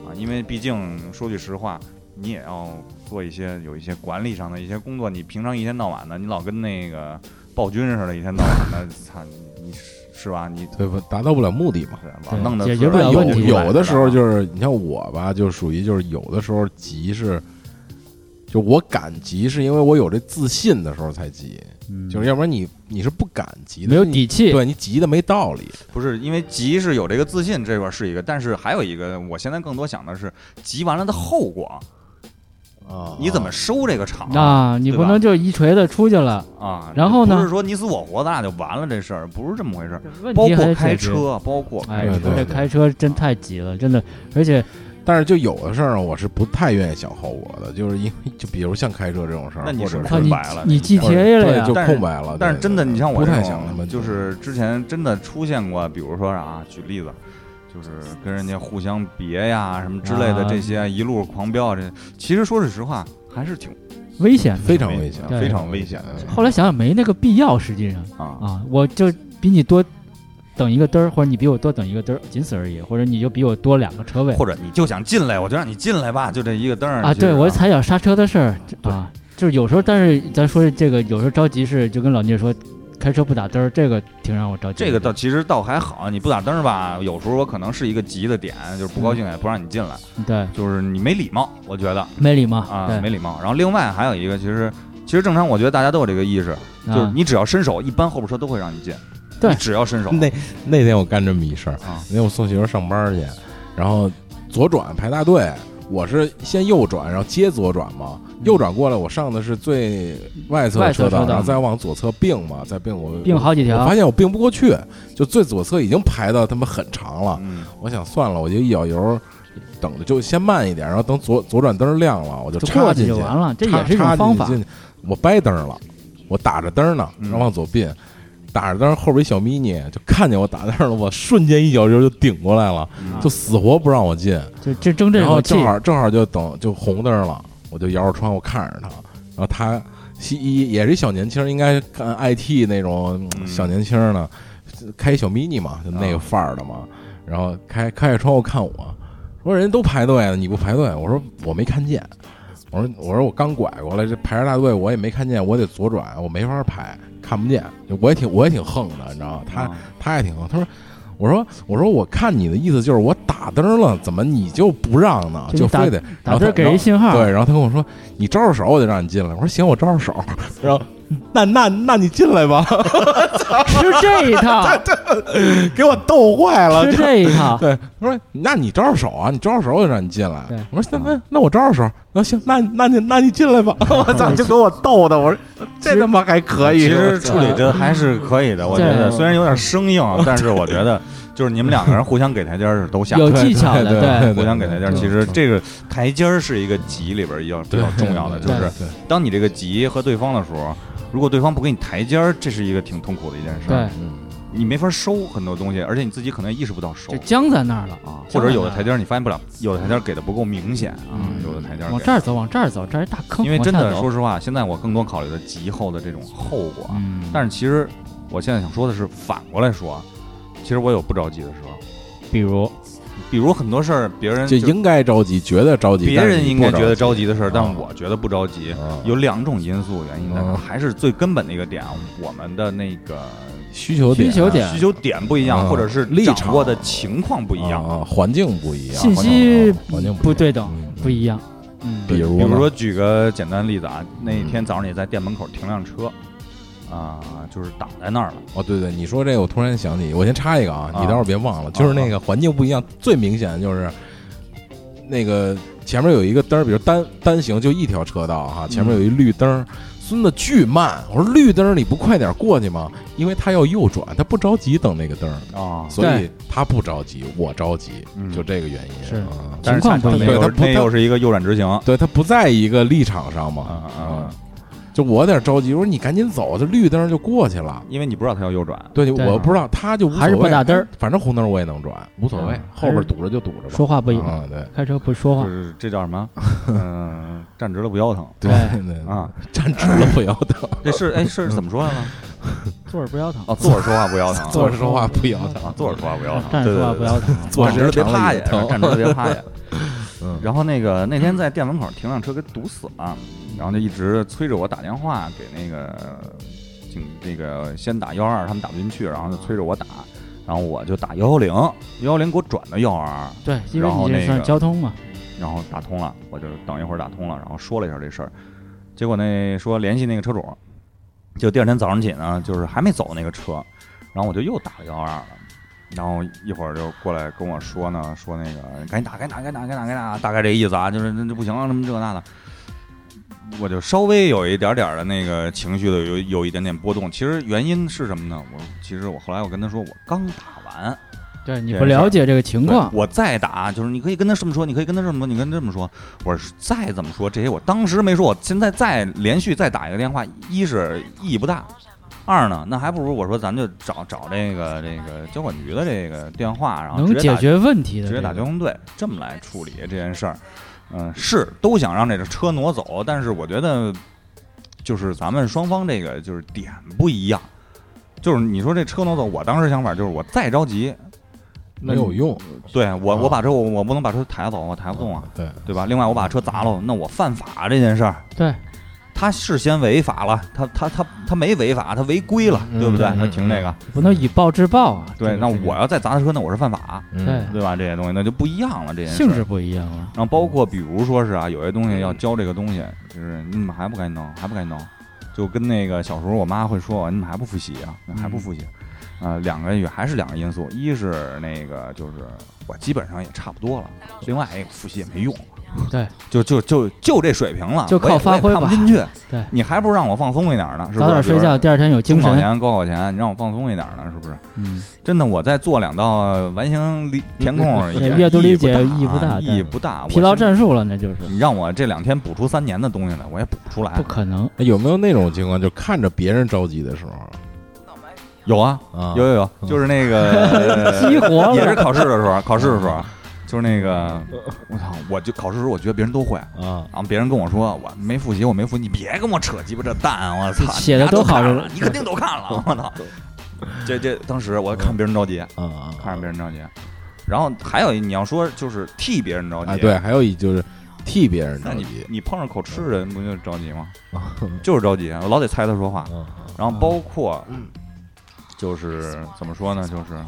J: 啊？因为毕竟说句实话，你也要做一些有一些管理上的一些工作。你平常一天到晚的，你老跟那个暴君似的，一天到晚的，操你你是是吧？你
E: 对不达到不了目的嘛。
J: 对老
I: 对
J: 弄得
I: 解
J: 自
I: 决不
J: 然
I: 了
E: 有
I: 问题
E: 有的时候就是你像我吧，就属于就是有的时候急是，就我敢急是因为我有这自信的时候才急，
I: 嗯
E: 就是要不然你你是不敢急的，
I: 没有
E: 是你
I: 底气
E: 对你急的没道理。
J: 不是因为急是有这个自信这块儿是一个，但是还有一个，我现在更多想的是急完了的后果，
E: 啊
J: 你怎么收这个场
I: 啊，你
J: 对
I: 不
J: 吧
I: 能就一锤子出去了，
J: 啊？
I: 然后呢
J: 不是说你死我活，咱俩就完了这事儿，不是这么回事儿。
I: 问
J: 包
I: 题还
J: 括
I: 得
J: 开
I: 解决。
J: 车，包括开
I: 哎
E: 对，
J: 车
I: 这
E: 对
I: 开车真太急了，真的，而且
E: 但是就有的事儿我是不太愿意想后果的，就是因为就比如像开车这种事儿，
J: 那你
E: 或者
J: 是不
E: 是
J: 是空
I: 操啊你
J: 白了
I: 你
J: 这一下
I: GTA 了呀
E: 对，就，
J: 但是
E: 空白了。
J: 但是
E: 对
J: 真的，
E: 对
J: 你像我
E: 不
J: 这
E: 太
J: 种
E: 想他们
J: 就是之前真的出现过，比如说啊，举例子，就是跟人家互相别呀什么之类的
I: 啊
J: 这些，一路狂飙这，其实说句实话，还是挺
I: 危险的。
E: 非常危险，
I: 对
J: 非常危险
E: 的
J: 的
I: 后来想想没那个必要，实际上
J: 啊。
I: 啊，我就比你多等一个嘚儿，或者你比我多等一个嘚儿，仅此而已，或者你就比我多两个车位
J: 或者你就想进来，我就让你进来吧，就这一个灯儿
I: 啊。
J: 其实
I: 对，我踩脚刹车的事儿这啊，就是有时候，但是咱说这个有时候着急是，就跟老聂说，开车不打嘚儿，这个挺让我着急的。
J: 这个倒其实倒还好，你不打灯儿吧，有时候我可能是一个急的点，就是不高兴也不让你进来，
I: 对
J: 就是你没礼貌，我觉得
I: 没礼貌
J: 啊
I: 对，
J: 没礼貌。然后另外还有一个，其实其实正常，我觉得大家都有这个意识，就
I: 啊
J: 是你只要伸手，一般后边车都会让你进，
I: 对
J: 你只要伸手，
E: 那那天我干这么一事儿
J: 啊，
E: 那天我送媳妇儿上班儿去，然后左转排大队，我是先右转，然后接左转嘛，右转过来，我上的是最外侧的
I: 嗯外侧
E: 车
I: 车
E: 道，
I: 道
E: 然后再往左侧并嘛，再并我
I: 并好几条
E: 我发现我并不过去，就最左侧已经排到他妈很长了，
J: 嗯，
E: 我想算了，我就一咬油，等着就先慢一点，然后等左左转灯亮了，我就
I: 就
E: 插
I: 过去
E: 进
I: 就
E: 去，
I: 完了，这
E: 插
I: 也是一
E: 插
I: 种
E: 进
I: 方
E: 去
I: 法。
E: 进去我掰灯了，我打着灯呢，
J: 嗯
E: 然后往左并，打着灯后边一小咪你就看见我打灯了，我瞬间一脚油就顶过来了，
J: 嗯
E: 就死活不让我进，
I: 就这争这
E: 然后
I: 口气
E: 正，好正好就等就红灯了，我就摇着窗户看着他，然后他西一也是一小年轻，应该干 IT 那种
J: 嗯啊
E: 小年轻呢，开一小 mini 嘛，就那个范儿的嘛，然后开开着窗户看我，说人家都排队呢，你不排队？我说我没看见，我说我说我刚拐过来，这排着大队我也没看见，我得左转，我没法排，看不见，就我也挺我也挺横的，你知道吗？他
J: 啊
E: 他也挺横，他说。我说，我说，我看你的意思就是我打灯了，怎么你就不让呢？
I: 就
E: 就
I: 你打
E: 非得然
I: 打
E: 后
I: 嘚
E: 他
I: 儿给
E: 然
I: 人
E: 后
I: 信号，
E: 对，然后他跟我说：“你招招手，我得让你进来。”我说：“行，我招招手。”然后，那那那你进来 吧，
I: 吃这一 套，
E: 给我逗坏了。就
I: 吃这一套，
E: 对，他说：“那你招招手啊，你招招手，我就让你进来
I: 对。”
E: 我说：“那那那我招招手。”那行，那那你 那你进来 吧。我操，就给我逗的，我说这他妈还可以。
J: 其
E: 我
J: 实
E: 操
J: 处理真还是可以的，我觉得
I: 对
J: 虽然有点生硬，啊 但是我觉得就是你们两个人互相给台阶儿是都下，
I: 有
E: 对
I: 技巧的
E: 对
I: 对
E: 对，
J: 互相给台阶儿。
E: 对
J: 其实这个台阶儿是一个级里边儿比较比
E: 对
J: 较重要的，
E: 对
J: 就
E: 对
J: 是
E: 对
J: 当你这个级和对方的时候，如果对方不给你台阶儿，这是一个挺痛苦的一件事。
I: 对，，
J: 你没法收很多东西，而且你自己可能也意识不到收
I: 就僵在那儿了
J: 啊，或者有的台阶儿你发现不了，有的台阶儿给的不够明显啊，
I: 嗯
J: 有的台阶儿
I: 往
J: 给
I: 这儿走，往这儿走，这儿一大坑，
J: 因为
I: 往
J: 真
I: 下
J: 的
I: 走
J: 说实话，现在我更多考虑的及后的这种后果。
I: 嗯，
J: 但是其实我现在想说的是，反过来说，其实我有不着急的时候，
I: 比如
J: 比如很多事儿别人
E: 就
J: 就
E: 应该着急，觉得着急，
J: 别
E: 但是
J: 人
E: 你
J: 应
E: 不
J: 该觉得着
E: 着
J: 急的事儿，
E: 啊
J: 但我觉得不着急。
E: 啊
J: 有两种因素原因的，
E: 嗯
J: 还是最根本的一个点，我们的那个
E: 需求啊
I: 需求点
J: 需求点不一样，
E: 嗯
J: 或者是
E: 立
J: 掌
E: 场
J: 握的情况不
E: 不
J: 一样。
E: 啊，环境不一样，
I: 信息
E: 环境
I: 不
E: 一样
I: 对等，
E: 嗯
I: 不一样，嗯，
E: 比如
J: 比如
E: 呢
J: 说，举个简单例子啊，那天早上也在店门口停辆车，啊、就是挡在那儿了。
E: 哦，对对，你说这个，我突然想起，我先插一个啊，
J: 啊
E: 你待会儿别忘了，就是那个环境不一样，最明显的就是那个前面有一个灯儿，比如单单行就一条车道
J: 嗯
E: 哈，前面有一绿灯儿，孙子巨慢，我说绿灯儿你不快点过去吗？因为他要右转，他不着急等那个灯儿，
J: 啊，
E: 所以
I: 对
E: 他不着急，我着急，
J: 嗯
E: 就这个原因
I: 是
E: 啊
J: 但是
I: 情况不一
J: 那
I: 样
J: 又
E: 对
J: 是
E: 他不
J: 那又是一个右转直行，
E: 对他不在一个立场上嘛，
J: 啊啊，
E: 就我有点着急，我说你赶紧走，这绿灯儿就过去了。
J: 因为你不知道他要右转。
E: 对，
I: 对啊
E: 我不知道，他就无所谓哎
I: 还是不打灯儿，
E: 反正红灯儿我也能转，无所谓
I: 嗯，
E: 后边堵着就堵着吧。
I: 说话不一样，
E: 啊，对
I: 开车不说
J: 嗯就
I: 话，
J: 是这叫什 么？嗯，站直了不腰疼
I: 对
E: 对对，
J: 啊！
E: 站直了不腰疼，
J: 这是哎是怎么说来呢？
I: 坐着不腰疼，
J: 哦，坐着说话不腰
I: 啊
J: 疼，
E: 坐着说话不腰疼，
J: 啊，坐着说话不腰疼，
I: 站着说话
J: 对
I: 不腰。疼，
E: 坐
J: 对对站
E: 直了
J: 直了别趴
E: 趴
J: 下，
E: 也疼。
J: 站直了别趴 下。
E: 嗯
J: 然后那个那天在店门口停辆车给堵死了，然后就一直催着我打电话给那个警，那个先打幺二，他们打不进去，然后就催着我打，然后我就打幺幺零，幺幺零给我转到幺二，
I: 对，因为
J: 然后
I: 你
J: 那
I: 这
J: 个
I: 算交通嘛，
J: 然后打通了，我就等一会儿打通了，然后说了一下这事儿，结果那说联系那个车主，就第二天早上起呢，就是还没走那个车，然后我就又打了幺二了，然后一会儿就过来跟我说呢，说那个赶紧打，赶紧打，赶紧打，赶紧打，赶紧打，大概这意思啊，就是那那不行了，什么这那的。我就稍微有一点点儿的那个情绪的有有一点点波动，其实原因是什么呢？我其实我后来我跟他说，我刚打完，
I: 对你
J: 这
I: 不
J: 事儿
I: 了解这个情
J: 对
I: 况，
J: 我再打，就是你可以跟他这么说，你可以跟他这么说，你跟他这么说。我说再怎么说这些，我当时没说，我现在再连续再打一个电话，一是意义不大，二呢，那还不如我说咱就找找这个这个交管局的这个电话，然后
I: 能
J: 直接
I: 解
J: 打
I: 决问题的
J: 直
I: 这
J: 接打交
I: 个，
J: 通队这么来处理这件事儿。嗯、是都想让这个车挪走，但是我觉得就是咱们双方这个就是点不一样。就是你说这车能走，我当时想法就是我再着急，
E: 没有用，
J: 对我
E: 啊
J: 我把车我我不能把车抬走，我抬不动啊，
E: 对，
J: 对吧？另外我把车砸了，那我犯法这件事儿，
I: 对，
J: 他是先违法了，他他他他没违法，他违规了，
E: 嗯
J: 对不对？
E: 嗯
J: 他停这个，
I: 不能以暴制暴啊。
J: 对，
I: 这个
J: 那
I: 这个
J: 我嗯要再砸他车，那我是犯法，
E: 嗯
I: 对
J: 对吧？这些东西那就不一样了，这件事
I: 性质。不一样了。
J: 然后包括比如说是啊，有些东西要教这个东西，就是你怎么还不赶紧弄，还不赶紧弄，就跟那个小时候我妈会说我，你怎么还不复习啊？
I: 嗯
J: 你还不复习？啊，两个也还是两个因素，一是那个就是我基本上也差不多了，
I: 哦
J: 另外一个复习也没用，
I: 对，
J: 就就就就这水平了，
I: 就靠
J: 我也
I: 发挥
J: 我也
I: 吧
J: 看不进去，
I: 对
J: 你还不如让我放松一点呢，是不
I: 早
J: 是？
I: 点睡觉，第二天
J: 比如
I: 有精
J: 说，中考
I: 神。
J: 前、高考前，你让我放松一点呢，是不是？
I: 嗯，
J: 真的，我再做两道完形理填空
I: 对
J: 也
I: 嗯阅读理
J: 不
I: 解
J: 大
I: 意义不大
J: 意义不啊大。我嗯
I: 疲劳
J: 现
I: 战术了，那就是
J: 在，你让我这两天补出三年的东西来，我也补不出来
I: 不。可能。
E: 哎有没有那种情况，就看着别人着急的时候
J: 有啊，
I: 嗯
E: 啊？
J: 有有有，就是那 个
I: 激活了
J: 呃也是考试的时候，考试的时候，就是那个，我操，我就考试时候，我觉得别人都会。
E: 啊，
J: 然后别人跟我说我没复习，我没复习，你别跟我扯鸡巴这蛋，啊我操！
I: 写的
J: 你丫都
I: 都好
J: 看
I: 着
J: 了，你肯定都看了，我操！这这当时我看别人着急，
E: 啊啊
J: 看着别人着急。然后还有一你要说就是替别人着急，
I: 啊
E: 哎，对，，还有一就是替别人
J: 那
E: 着
J: 你
E: 急，
J: 你碰上口吃人不就着急吗？
I: 嗯
J: 就是着急，啊我老得猜他说话。
E: 嗯
J: 然后包括就是怎么说呢，就是。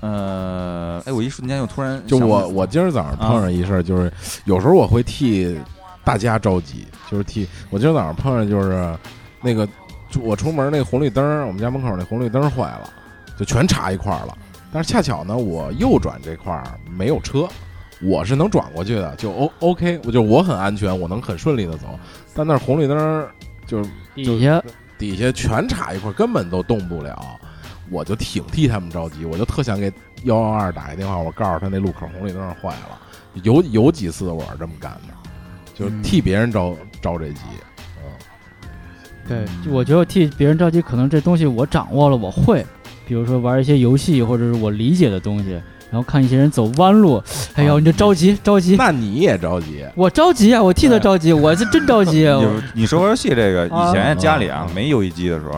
J: 呃，哎，我一瞬间又突然
E: 就
J: 想不
E: 我我今儿早上碰上一事儿，就是有时候我会替大家着急，就是替我今儿早上碰上就是那个就我出门那个红绿灯儿，我们家门口那红绿灯儿坏了，就全插一块儿了。但是恰巧呢，我右转这块儿没有车，我是能转过去的，就 O OK，我就我很安全，我能很顺利的走。但那儿红绿灯儿就是
I: 底下
E: 底下全插一块，根本都动不了。我就挺替他们着急，我就特想给幺幺二打一电话，我告诉他那路口红绿灯坏了。有有几次我是这么干的，就是替别人
I: 嗯
E: 着着这急。
I: 对，就嗯我觉得替别人着急，可能这东西我掌握了，我会，比如说玩一些游戏，或者是我理解的东西，然后看一些人走弯路，哎
J: 哦
I: 呦，你就着急着急，
E: 那你也着急，
I: 我着急啊，我替他着急，我是真着急啊，我
J: 哎有你说玩游戏这个，
I: 啊嗯
J: 以前家里啊
E: 啊
J: 没游戏机的时候，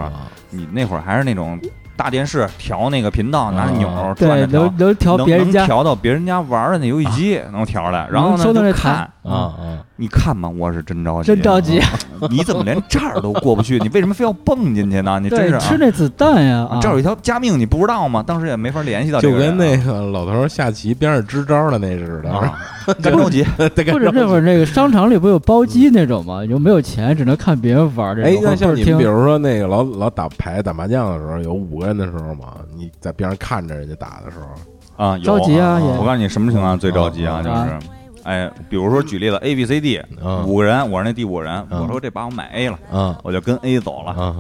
J: 你那会儿还是那种大电视调那个频道，拿着钮儿转
I: 嗯对
J: 着
I: 能
J: 调，
I: 能调
J: 能
I: 别人
J: 能
I: 家，啊
J: 调到别人家玩的那游戏机能调出来，然后
I: 能
J: 呢
I: 收到
J: 就
I: 那
J: 看
I: 台。
E: 啊啊！
J: 你看嘛，我是真着急，
I: 真着
J: 啊 哦
I: 急，
J: 你怎么连这儿都过不去？你为什么非要蹦进去呢？你真
I: 对
J: 是，啊
I: 吃那子弹呀 啊
J: 这儿有一条加命，你不知道吗？当时也没法联系到这
E: 就
J: 个人啊，
E: 跟 那个老头儿下棋边上支招的那似的，
J: 啊，干着急，嗯
E: 大概
I: 或者那会儿那个商场里不是有包机那种吗？就没有钱，只能看别人玩儿这种。
E: 哎，那像
I: 或者
E: 你
I: 听
E: 们比如说那个老老打牌打麻将的时候，有五个人的时候嘛，你在边上看着人家打的时 候，
J: 啊，有
I: 着急啊也
J: 我告诉你什么情况最着急啊，
E: 啊
J: 就是，哎，比如说举例子 A B C D
E: 啊
I: 嗯
J: 五个人，我是那第五个人，
E: 嗯
J: 我说这把我买 A 了，
E: 啊
J: 我就跟 A 走了，
E: 啊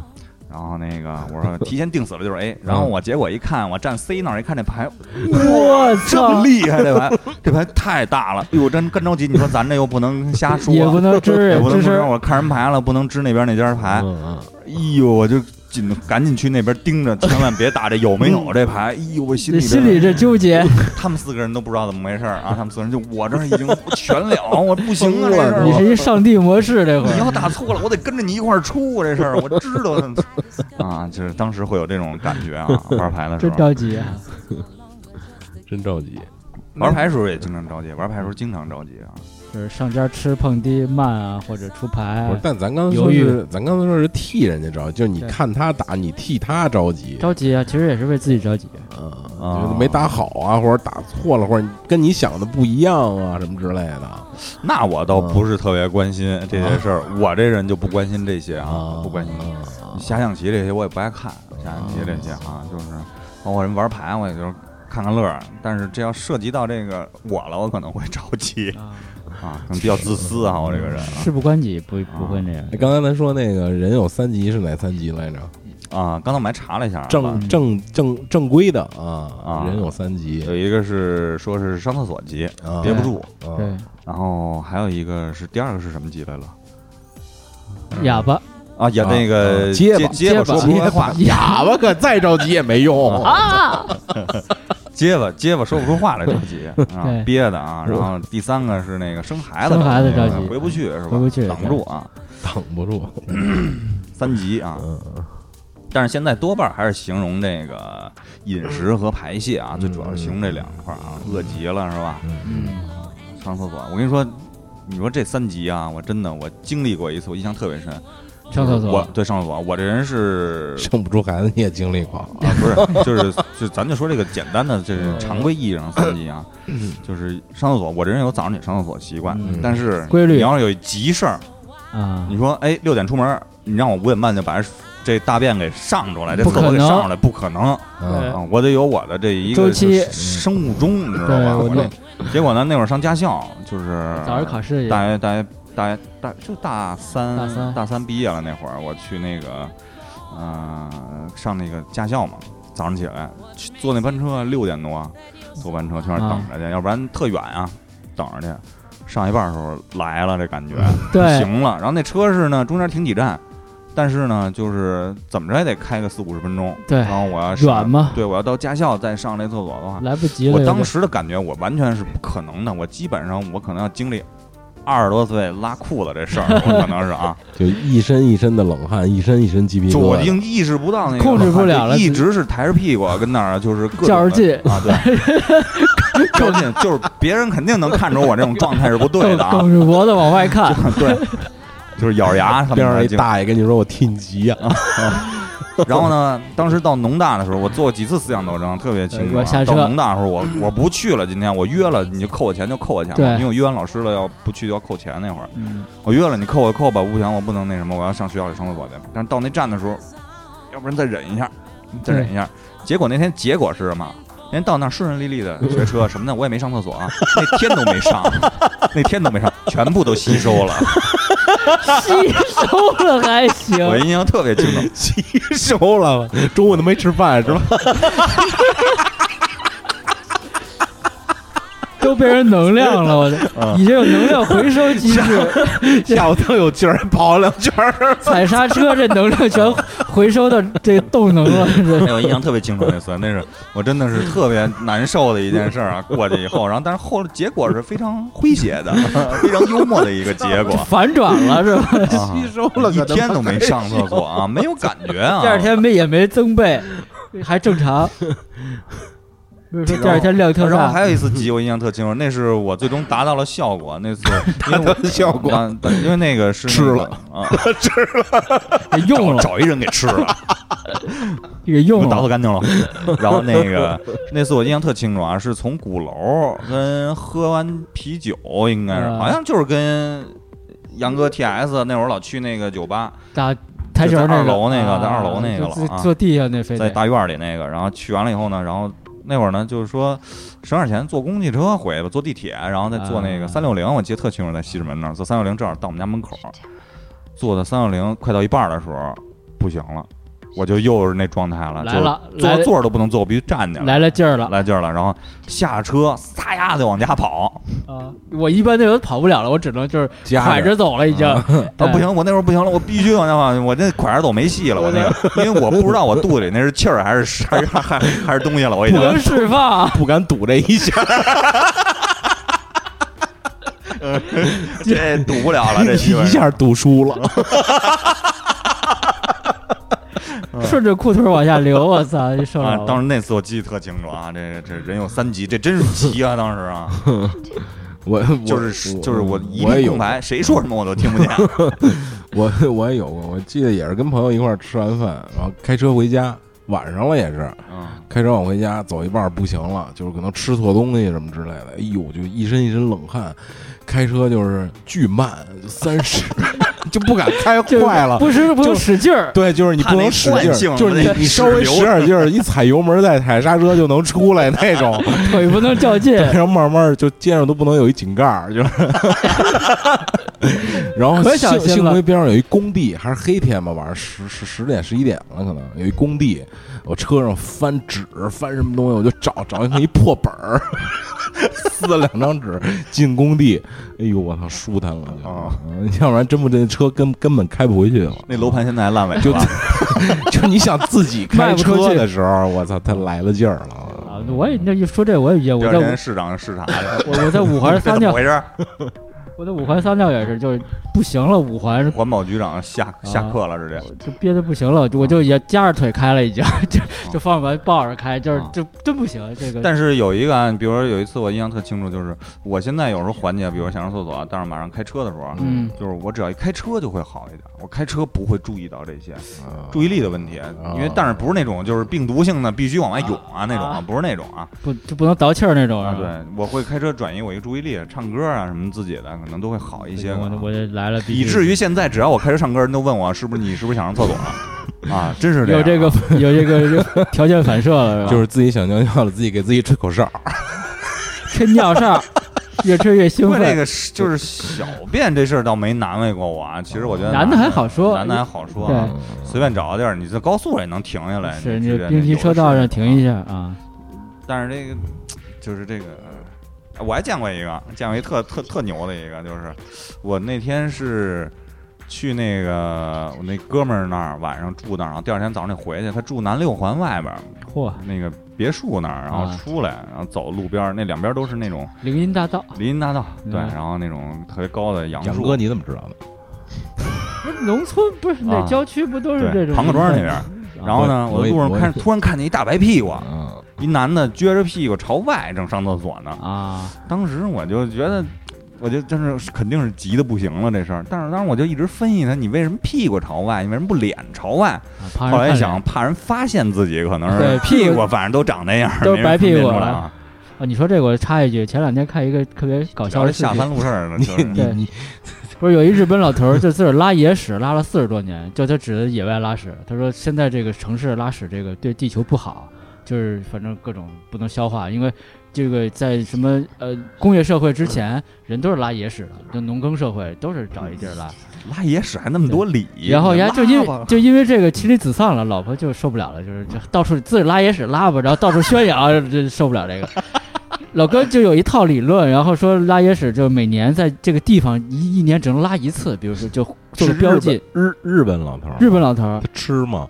J: 然后那个我说提前定死了就是 A，然后我结果一看，我站 C 那儿一看这牌，
I: 我
J: 这么
I: 操，
J: 厉害这牌， 这牌太大了，哎呦真干着急，你说咱这又不能瞎说，
I: 也不能支
J: 哎也不能不能
I: 吱声，
J: 我看人牌了，不能支那边那家牌，
E: 嗯嗯
J: 哎呦我就紧赶紧去那边盯着，千万别打这有没有这牌，哎呦我心里
I: 嗯这
J: 边
I: 心里这 纠结。
J: 他们四个人都不知道怎么回事儿啊，他们四个人就我这儿已经全了，我不行啊，这事儿
I: 你
J: 我
I: 是一上帝模式这会
J: 你要
I: 儿，
J: 打错了，我得跟着你一块儿出这事儿，我知道的啊，就是当时会有这种感觉啊，玩牌的时
I: 真
J: 候，
I: 着急啊！
E: 嗯，真着急。
J: 玩牌时候也经常着急，玩牌时候经常着急啊，
I: 就是上家吃碰滴慢啊，或者出牌
J: 哎
E: 不是
I: 啊，，
E: 但咱刚才说是，咱刚才说是替人家着急，就是你
I: 对
E: 看他打，你替他着急，
I: 着急啊，其实也是为自己着急。
E: 嗯，
J: 啊
E: 觉得没打好啊，或者打错了，或者跟你想的不一样啊，什么之类的。
J: 那我倒不是特别关心这些事儿，我这人就不关心这些啊
E: 啊，
J: 不关心下象棋这些我也不爱看，下象棋这些啊，就是包括人玩牌，我也就是看看乐儿。但是这要涉及到这个我了，我可能会着急啊，可能比较自私啊，我这个人
I: 事不关己，不不会那样
E: 哎。刚才咱说那个人有三级是哪三级来着？
J: 啊。刚才我们还查了一下，
E: 正正正正规的啊
J: 啊，
E: 人有三级
J: 有一个是说是上厕所急
E: 啊，
J: 憋不住，
E: 啊
I: 对，
J: 然后还有一个是第二个是什么急来了？
I: 哑巴
J: 啊，也
E: 啊
J: 那个
E: 啊结巴
J: 结巴说
I: 结巴
J: 不出来话，
E: 哑巴可再着急也没用
J: 嗯
E: 啊。
J: 结巴结巴说不出话来着急啊
I: 对，
J: 憋的啊。然后第三个是那个生孩子着急，嗯
I: 生孩子着急
J: 回不去是吧？
I: 回不去
J: 挡不住啊。
E: 挡不住，
J: 三级啊。但是现在多半还是形容这个饮食和排泄啊，最主要是形容这两块儿啊，饿极了是吧？
I: 嗯，
J: 上厕所，我跟你说，你说这三级啊，我真的我经历过一次，我印象特别深。
I: 上厕所
J: 我对上厕所，我这人是
E: 生不出孩子你也经历过，
J: 啊，不是，就是就咱就说这个简单的，这是
I: 嗯
J: 常规意义上三级啊， 就是上厕所。我这人有早上起来上厕所习惯
E: 嗯，
J: 但是
I: 规律
J: 你要是有急事儿，
I: 啊
J: 你，说哎六点出门，你让我五点半就把这大便给上出来，这
I: 不
J: 厕
I: 可
J: 所给
I: 能
J: 上出来，不可能
E: 嗯
I: 对
J: 啊！我得有我的这一
I: 周
J: 个
I: 期
J: 就是生物钟，你知道吧？
I: 对我
J: 我这结果呢，那会儿上驾校，就是
I: 早上考试也
J: 大约大约大约大就大三
I: 大三
J: 毕业了那会儿，我去那个呃上那个驾校嘛，早上起来去坐那班车六点多坐班车去那儿等着去，要不然特远啊，等着去。上一半的时候来了，这感觉
I: 嗯对
J: 行了。然后那车是呢，中间停几站，但是呢，就是怎么着也得开个四五十分钟。
I: 对
J: 然后我要上
I: 软嘛，
J: 对我要到驾校再上这厕所的话，
I: 来不及了。
J: 我
I: 有
J: 当
I: 点
J: 时的感觉，我完全是不可能的。我基本上，我可能要经历二十多岁拉裤子这 事儿，我可能是啊，
E: 就一身一身的冷汗，一身一身鸡皮
J: 就
E: 疙
J: 我已
E: 瘩。
J: 经意识不到那个，
I: 控制不了了
J: 就一直是抬着屁股跟那儿就是各种的
I: 较着劲
J: 啊，对， 较劲就是别人肯定能看出我这种状态是不对的啊
I: 梗，着脖子往外看，
J: 对，就是咬着牙他们
E: 边上
J: 已
E: 一
J: 经
E: 大爷跟你说：“我替你急啊呀、
J: 然后呢，当时到农大的时候，我做过几次思想斗争，特别清楚啊、
I: 我下车
J: 到农大的时候，我我不去了，今天我约了，你就扣我钱就扣我钱
I: 对
J: 吧，因为我约完老师了，要不去就要扣钱。那会儿、
E: 嗯
J: 我约了你扣我扣吧，不行，我不能那什么，我要上学校里上厕所去。但是到那站的时候，要不然再忍一下，再忍一下。结果那天结果是什么？那天到那儿顺顺利利 的学车什么的，我也没上厕所啊，那天都没上， 那天都没上，全部都吸收了。
I: 吸收了还行。
J: 我印象特别清楚，
E: 吸收了，中午都没吃饭是吧？
I: 都变成能量了，我的，
J: 嗯
I: 已经有能量回收 机制，
E: 下午特有劲儿，跑了两圈儿。
I: 踩刹车这能量全回收到这动能 了，
J: 哎，我印象特别清楚那次，那是我真的是特别难受的一件事儿啊。过去以后，然后但是后来结果是非常诙谐的，非常幽默的一个结果
I: 这。反转了是吧？
J: 啊、吸收了，一天都没上厕所啊，没有感觉啊。
I: 第二天没也没增倍，还 正常。没有说第二天量特
J: 然后
I: 大，
J: 还有一次急，我印象特清楚，那是我最终达到了效果。那次达
E: 到了效果，
J: 啊对因为那个是那
E: 吃
J: 个
E: 了
J: 啊，
I: 给用了，
J: 找一人给吃了。
I: 给用
J: 打扫
I: 了，
J: 干净了。 然后那个那次我印象特清楚啊，是从鼓楼跟喝完啤酒，应该是
I: 嗯
J: 好像就是跟杨哥 TS 那会儿老去那个酒吧，
I: 打台球
J: 在
I: 那
J: 二
I: 个，
J: 楼那个
I: 啊
J: 在二楼那个
I: 就
J: 了
I: 自
J: 啊
I: 坐地下那非
J: 在
I: 得
J: 大院里那个。然后去完了以后呢，然后那会儿呢就是说省点钱坐公汽车回吧，坐地铁，然后再坐那个
I: 啊
J: 三六零，我记得特清楚，在西直门那儿坐三六零，正好到我们家门口，坐到三六零快到一半儿的时候不行了。我就又是那状态了，
I: 来
J: 就是
I: 了来
J: 坐座儿都不能坐，我必须站起来。
I: 来了劲儿了
J: 来劲儿了，然后下车撒丫子往家跑。
I: 啊！我一般那种跑不了了，我只能就是
E: 夹着
I: 拐着走了，已经。哎
J: 啊，
I: 对
J: 不，行，我那会儿不行了，我必须往家跑，我这拐着走没戏了，我那个，因为我不知道我肚里那是气儿还是 还是还是还是东西了，我已
I: 不
J: 经
I: 能释放，
E: 不敢赌这一下，
J: 这堵不 了了，这媳妇儿
E: 一下赌输了。
I: 顺着裤腿往下流，我操，这受不
J: 嗯啊
I: 了！，
J: 当时那次我记得特清楚啊，这这人有三级，这真是急啊！当时啊，
E: 我
J: 就是就是我一
E: 我也
J: 片
E: 有
J: 空白，谁说什么我都听不见。
E: 我我也有过，我记得也是跟朋友一块儿吃完饭，然后开车回家，晚上了也是
J: 嗯
E: 开车往回家，走一半儿不行了，就是可能吃错东西什么之类的，哎呦，就一身一身冷汗，开车就是巨慢，就三十 就不敢开
I: 就是
E: 快了。
I: 不是不
E: 就
I: 能使劲儿，
E: 对，就是你不能使劲
J: 怕那惯性
E: 儿，就是你
J: 那
E: 你稍微
J: 使
E: 使
J: 流
E: 点劲儿，一踩油门再踩刹车就能出来 那种，
I: 腿不能较劲，
E: 然后慢慢儿就街上都不能有一井盖儿，就是。 然后
I: 可小
E: 幸
I: 心
E: 幸
I: 了
E: 亏边上有一工地，还是黑天吧，晚上十十十点十一点了，可能有一工地，我车上翻纸翻什么东西，我就找找一看一破本儿，撕了两张纸进工地，哎呦我操，舒坦了就，
J: 啊
E: 嗯要不然真不这车根根本开不回去了。
J: 那楼盘现在还烂尾
E: 就
J: 了，啊
E: 就你想自己
I: 迈
E: 开
I: 不出
E: 车
I: 去
E: 的时候，我操，他来了劲儿了。
I: 啊，我也那一说这我也我
J: 第二
I: 在
J: 天市长视察去了，
I: 我我在五环
J: 这
I: 撒
J: 怎么
I: 尿
J: 回，事儿？
I: 我在五环撒尿也是，就是不行了，五环
J: 环保局长下下课了，直接。
I: 就憋得不行了，我就
J: 嗯
I: 也夹着腿开了，已经就就方向盘抱着开，就是
J: 啊
I: 就真不行这个。
J: 嗯但是有一个案，比如说有一次我印象特清楚，就是我现在有时候缓解，比如想上厕所，啊但是马上开车的时候，啊
I: 嗯
J: 就是我只要一开车就会好一点，我开车不会注意到这些
I: 啊
J: 注意力的问题，因为但是不是那种就是病毒性的必须往外涌啊那种啊，不是那种啊，
I: 不就不能倒气儿那种
J: 啊
I: 啊。
J: 对，我会开车转移我一个注意力，唱歌啊什么自己的可能都会好一些吧，
I: 我我这来了，
J: 以至于现在只要我开车唱歌，人都问我是不是你是不是想上厕所了啊，真是
I: 有
J: 这
I: 这
J: 样啊
I: 个有这个条件反射了，
E: 就是是自己想尿尿了，自己给自己吹口哨，
I: 吧吹尿哨，越吹越兴
J: 因为那
I: 奋。
J: 个是就是小便这事儿倒没难为过我啊，其实我觉得
I: 男的还好说
J: 男的还好说啊，
I: 对，
J: 随便找个地儿，你在高速上也能停下来，
I: 是
J: 你
I: 你
J: 直接
I: 冰
J: 有
I: 淇
J: 的
I: 车道
J: 是
I: 上停一下啊，
J: 但是这个就是这个，呃我还见过一个，见过一特特特牛的一个，就是我那天是去那个我那哥们儿那儿晚上住那儿，然后第二天早上得回去，他住南六环外边儿
I: 嚯，
J: 那个别墅那儿，然后
I: 啊
J: 出来，然后走路边儿，那两边都是那种
I: 林荫大道，
J: 林荫大道，
I: 嗯
J: 对，然后那种特别高的杨
E: 杨
J: 树，
E: 哥你怎么知道的？
I: 不是农村，不是那
J: 啊
I: 郊区不都是这
J: 对，
I: 种？
J: 庞各庄那边儿。然后呢，
E: 我
J: 我在路上
E: 我也
J: 看，
E: 是
J: 突然看见一大白屁
I: 啊
J: 股，
E: 嗯，
J: 一男的撅着屁股朝外正上厕所呢。
I: 啊，
J: 当时我就觉得，我就真是肯定是急的不行了这事儿。但是当时我就一直分析他，你为什么屁股朝外，你为什么不脸朝外？
I: 啊旁人
J: 后来
I: 看
J: 一想，
I: 脸
J: 怕人发现自己可能是
I: 对屁
J: 屁
I: 股
J: 股，反正都长那样，没
I: 都是
J: 人
I: 白屁
J: 分
I: 股
J: 辨出来啊。
I: 啊，你说这个我插一句，前两天看一个特别搞笑
J: 聊这
I: 的事
J: 下
I: 情
J: 三，路事儿 了，
E: 你
J: 就是
E: 你你
I: 不是有一日本老头儿就自个儿拉野屎，拉了四十多年，就他指的野外拉屎。他说现在这个城市拉屎这个对地球不好，就是反正各种不能消化，因为这个在什么呃工业社会之前，人都是拉野屎的，就农耕社会都是找一地儿拉。
J: 拉野屎还那么多理，
I: 然后人家就因
J: 拉
I: 为
J: 吧
I: 就因为这个妻离子散了，老婆就受不了了，就是就到处自己拉野屎拉吧，然后到处宣扬， 这受不了这个。老哥就有一套理论，然后说拉野屎就每年在这个地方一一年只能拉一次，比如说就做
E: 是
I: 个标记。
E: 日本日日本老头儿，
I: 日本老头儿
E: 他，吃吗？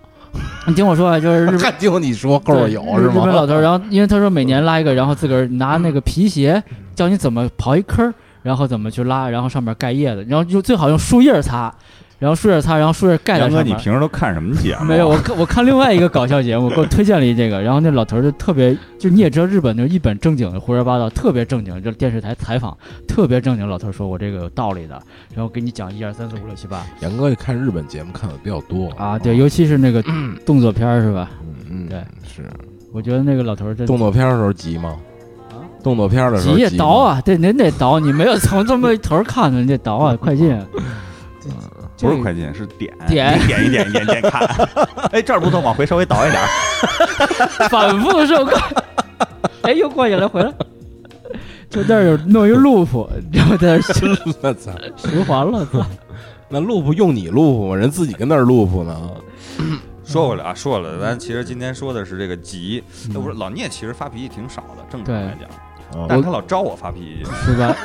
I: 你听我说啊，就是日本
E: 看就你说够
I: 对
E: 有啊
I: 日
E: 是
I: 日
E: 吗？
I: 本老头儿，然后因为他说每年拉一个，然后自个儿拿那个皮鞋
E: 嗯
I: 教你怎么刨一坑儿，然后怎么去拉，然后上面盖叶子，然后就最好用树叶儿擦，然后树叶儿擦，然后树叶儿盖在
J: 杨
I: 上
J: 哥，
I: 面。
J: 你平时都看什么节目啊？
I: 没有，我看我看另外一个搞笑节目，给我推荐了一这个，然后那老头儿就特别，就你也知道日本就是一本正经的胡说八道，特别正经，就是电视台采访特别正经，老头儿说我这个有道理的，然后给你讲一二三四五六七八
E: 杨哥看日本节目看的比较多
I: 啊，对，，尤其是那个动作片儿是吧？
E: 嗯，
I: 对
E: 嗯，是
I: 我觉得那个老头儿真
E: 动作片儿的时候急吗？
I: 啊
E: 动作片儿的时候
I: 急也
E: 吗
I: 倒啊，对，您得倒，你没有从这么一头儿看的，你得倒啊，快进 啊，
E: 嗯
I: 这
J: 不是 快进，是点
I: 点
J: 点一点一点一点看。 哎，这儿不错，往回稍微倒一点儿。
I: 反复受控。 哎，又过去了， 回来。就那儿有弄一 loop，然后在那儿
E: 我操！
I: 循环了，操
E: 那 loop 用你 loop 吗？人自己跟那儿 loop 呢。
J: 说回来
I: 嗯
J: 啊，说回来，咱其实今天说的是这个急，那不是老聂，其实发脾气挺少的，正常来讲，但
E: 啊
J: 是他老招我发 脾气，
I: 是吧？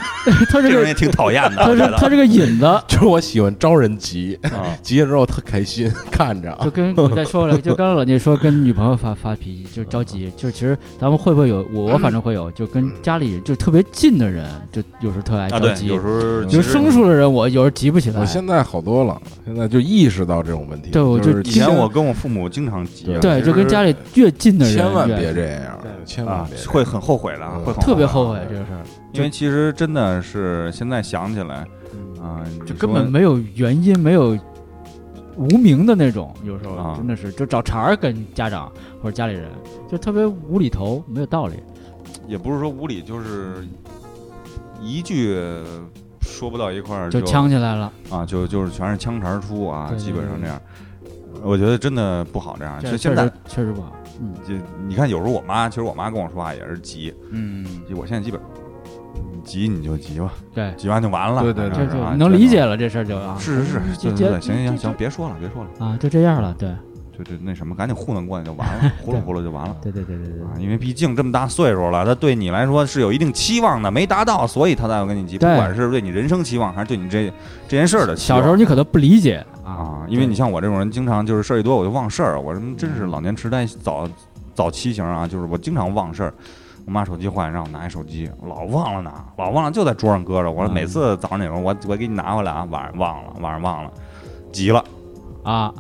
I: 他
J: 这
I: 这
J: 种
I: 个
J: 人也挺讨厌的，
I: 他
J: 我觉
I: 是他这个引 子，
E: 就是我喜欢招人急，
J: 得啊。
E: 急了之后特开心， 看着
I: 就跟我再说了，就刚刚老聂说跟女朋友发 发脾气，就是着急，就是其实咱们会不会有我我反正会有，就跟家里就特别近的人，就有时候特爱
J: 啊，
I: 着
J: 对，
I: 急，
J: 有时候
I: 就
J: 其
I: 是
J: 实
I: 生疏的人，我有时候急不起来
E: 我。现在好多了，现在就意识到这种问题。
I: 对我就是
J: 以
E: 千
J: 前我跟我父母经常急，啊
I: 对，就跟家里越近的人，
E: 千万
I: 越
E: 别啊这样，千万
J: 啊
E: 别这样
J: 会很后悔的，啊会很
I: 特别后悔这个事儿，
J: 因为其实真的是现在想起来，啊，你
I: 嗯就
J: 说
I: 根本没有原因，没有无名的那种，有时候
J: 啊
I: 真的是就找茬儿跟家长或者家里人，就特别无厘头，没有道理。
J: 也不是说无理，就是一句说不到一块儿
I: 就呛起来了，
J: 啊，就就是全是枪茬出啊，
I: 对对
J: 基本上
I: 对
J: 这样。我觉得真的不好这样。
I: 这
J: 啊就
I: 确
J: 现在
I: 实，确实不好。嗯
J: 就你看，有时候我妈，其实我妈跟我说话也是急，
I: 嗯，
J: 就我现在基本你急你就急吧，
I: 对，
J: 急完就完了。
E: 对对
J: 反
I: 这
J: 正是
I: 就
J: 啊
I: 能理解。了，这事儿就啊，
J: 是是是，
I: 就
J: 对
I: 就
J: 对对，行行行
I: 就
J: 行，别说了，别说了，
I: 啊，就这样了，对，
J: 就就那什么，赶紧糊弄过去就完 了，糊弄糊弄就完了
I: 对对对对对
J: 啊！因为毕竟这么大岁数了，他对你来说是有一定期望的，没达到，所以他才要跟你急，不
I: 对
J: 管是对你人生期望，还是对你这这件事儿的期望。
I: 小时候你可能不理解啊，
J: 啊，因为你像我这种人，经常就是事儿一
E: 嗯
J: 多我就忘事儿，我什么真是老年痴呆早早期型啊，就是我经常忘事儿。我妈手机坏，让我拿一手机，老忘了拿，老忘了就在桌上搁着。我说每次早上起来我我给你拿回来啊，晚上忘了，晚上忘了，急了
I: 啊，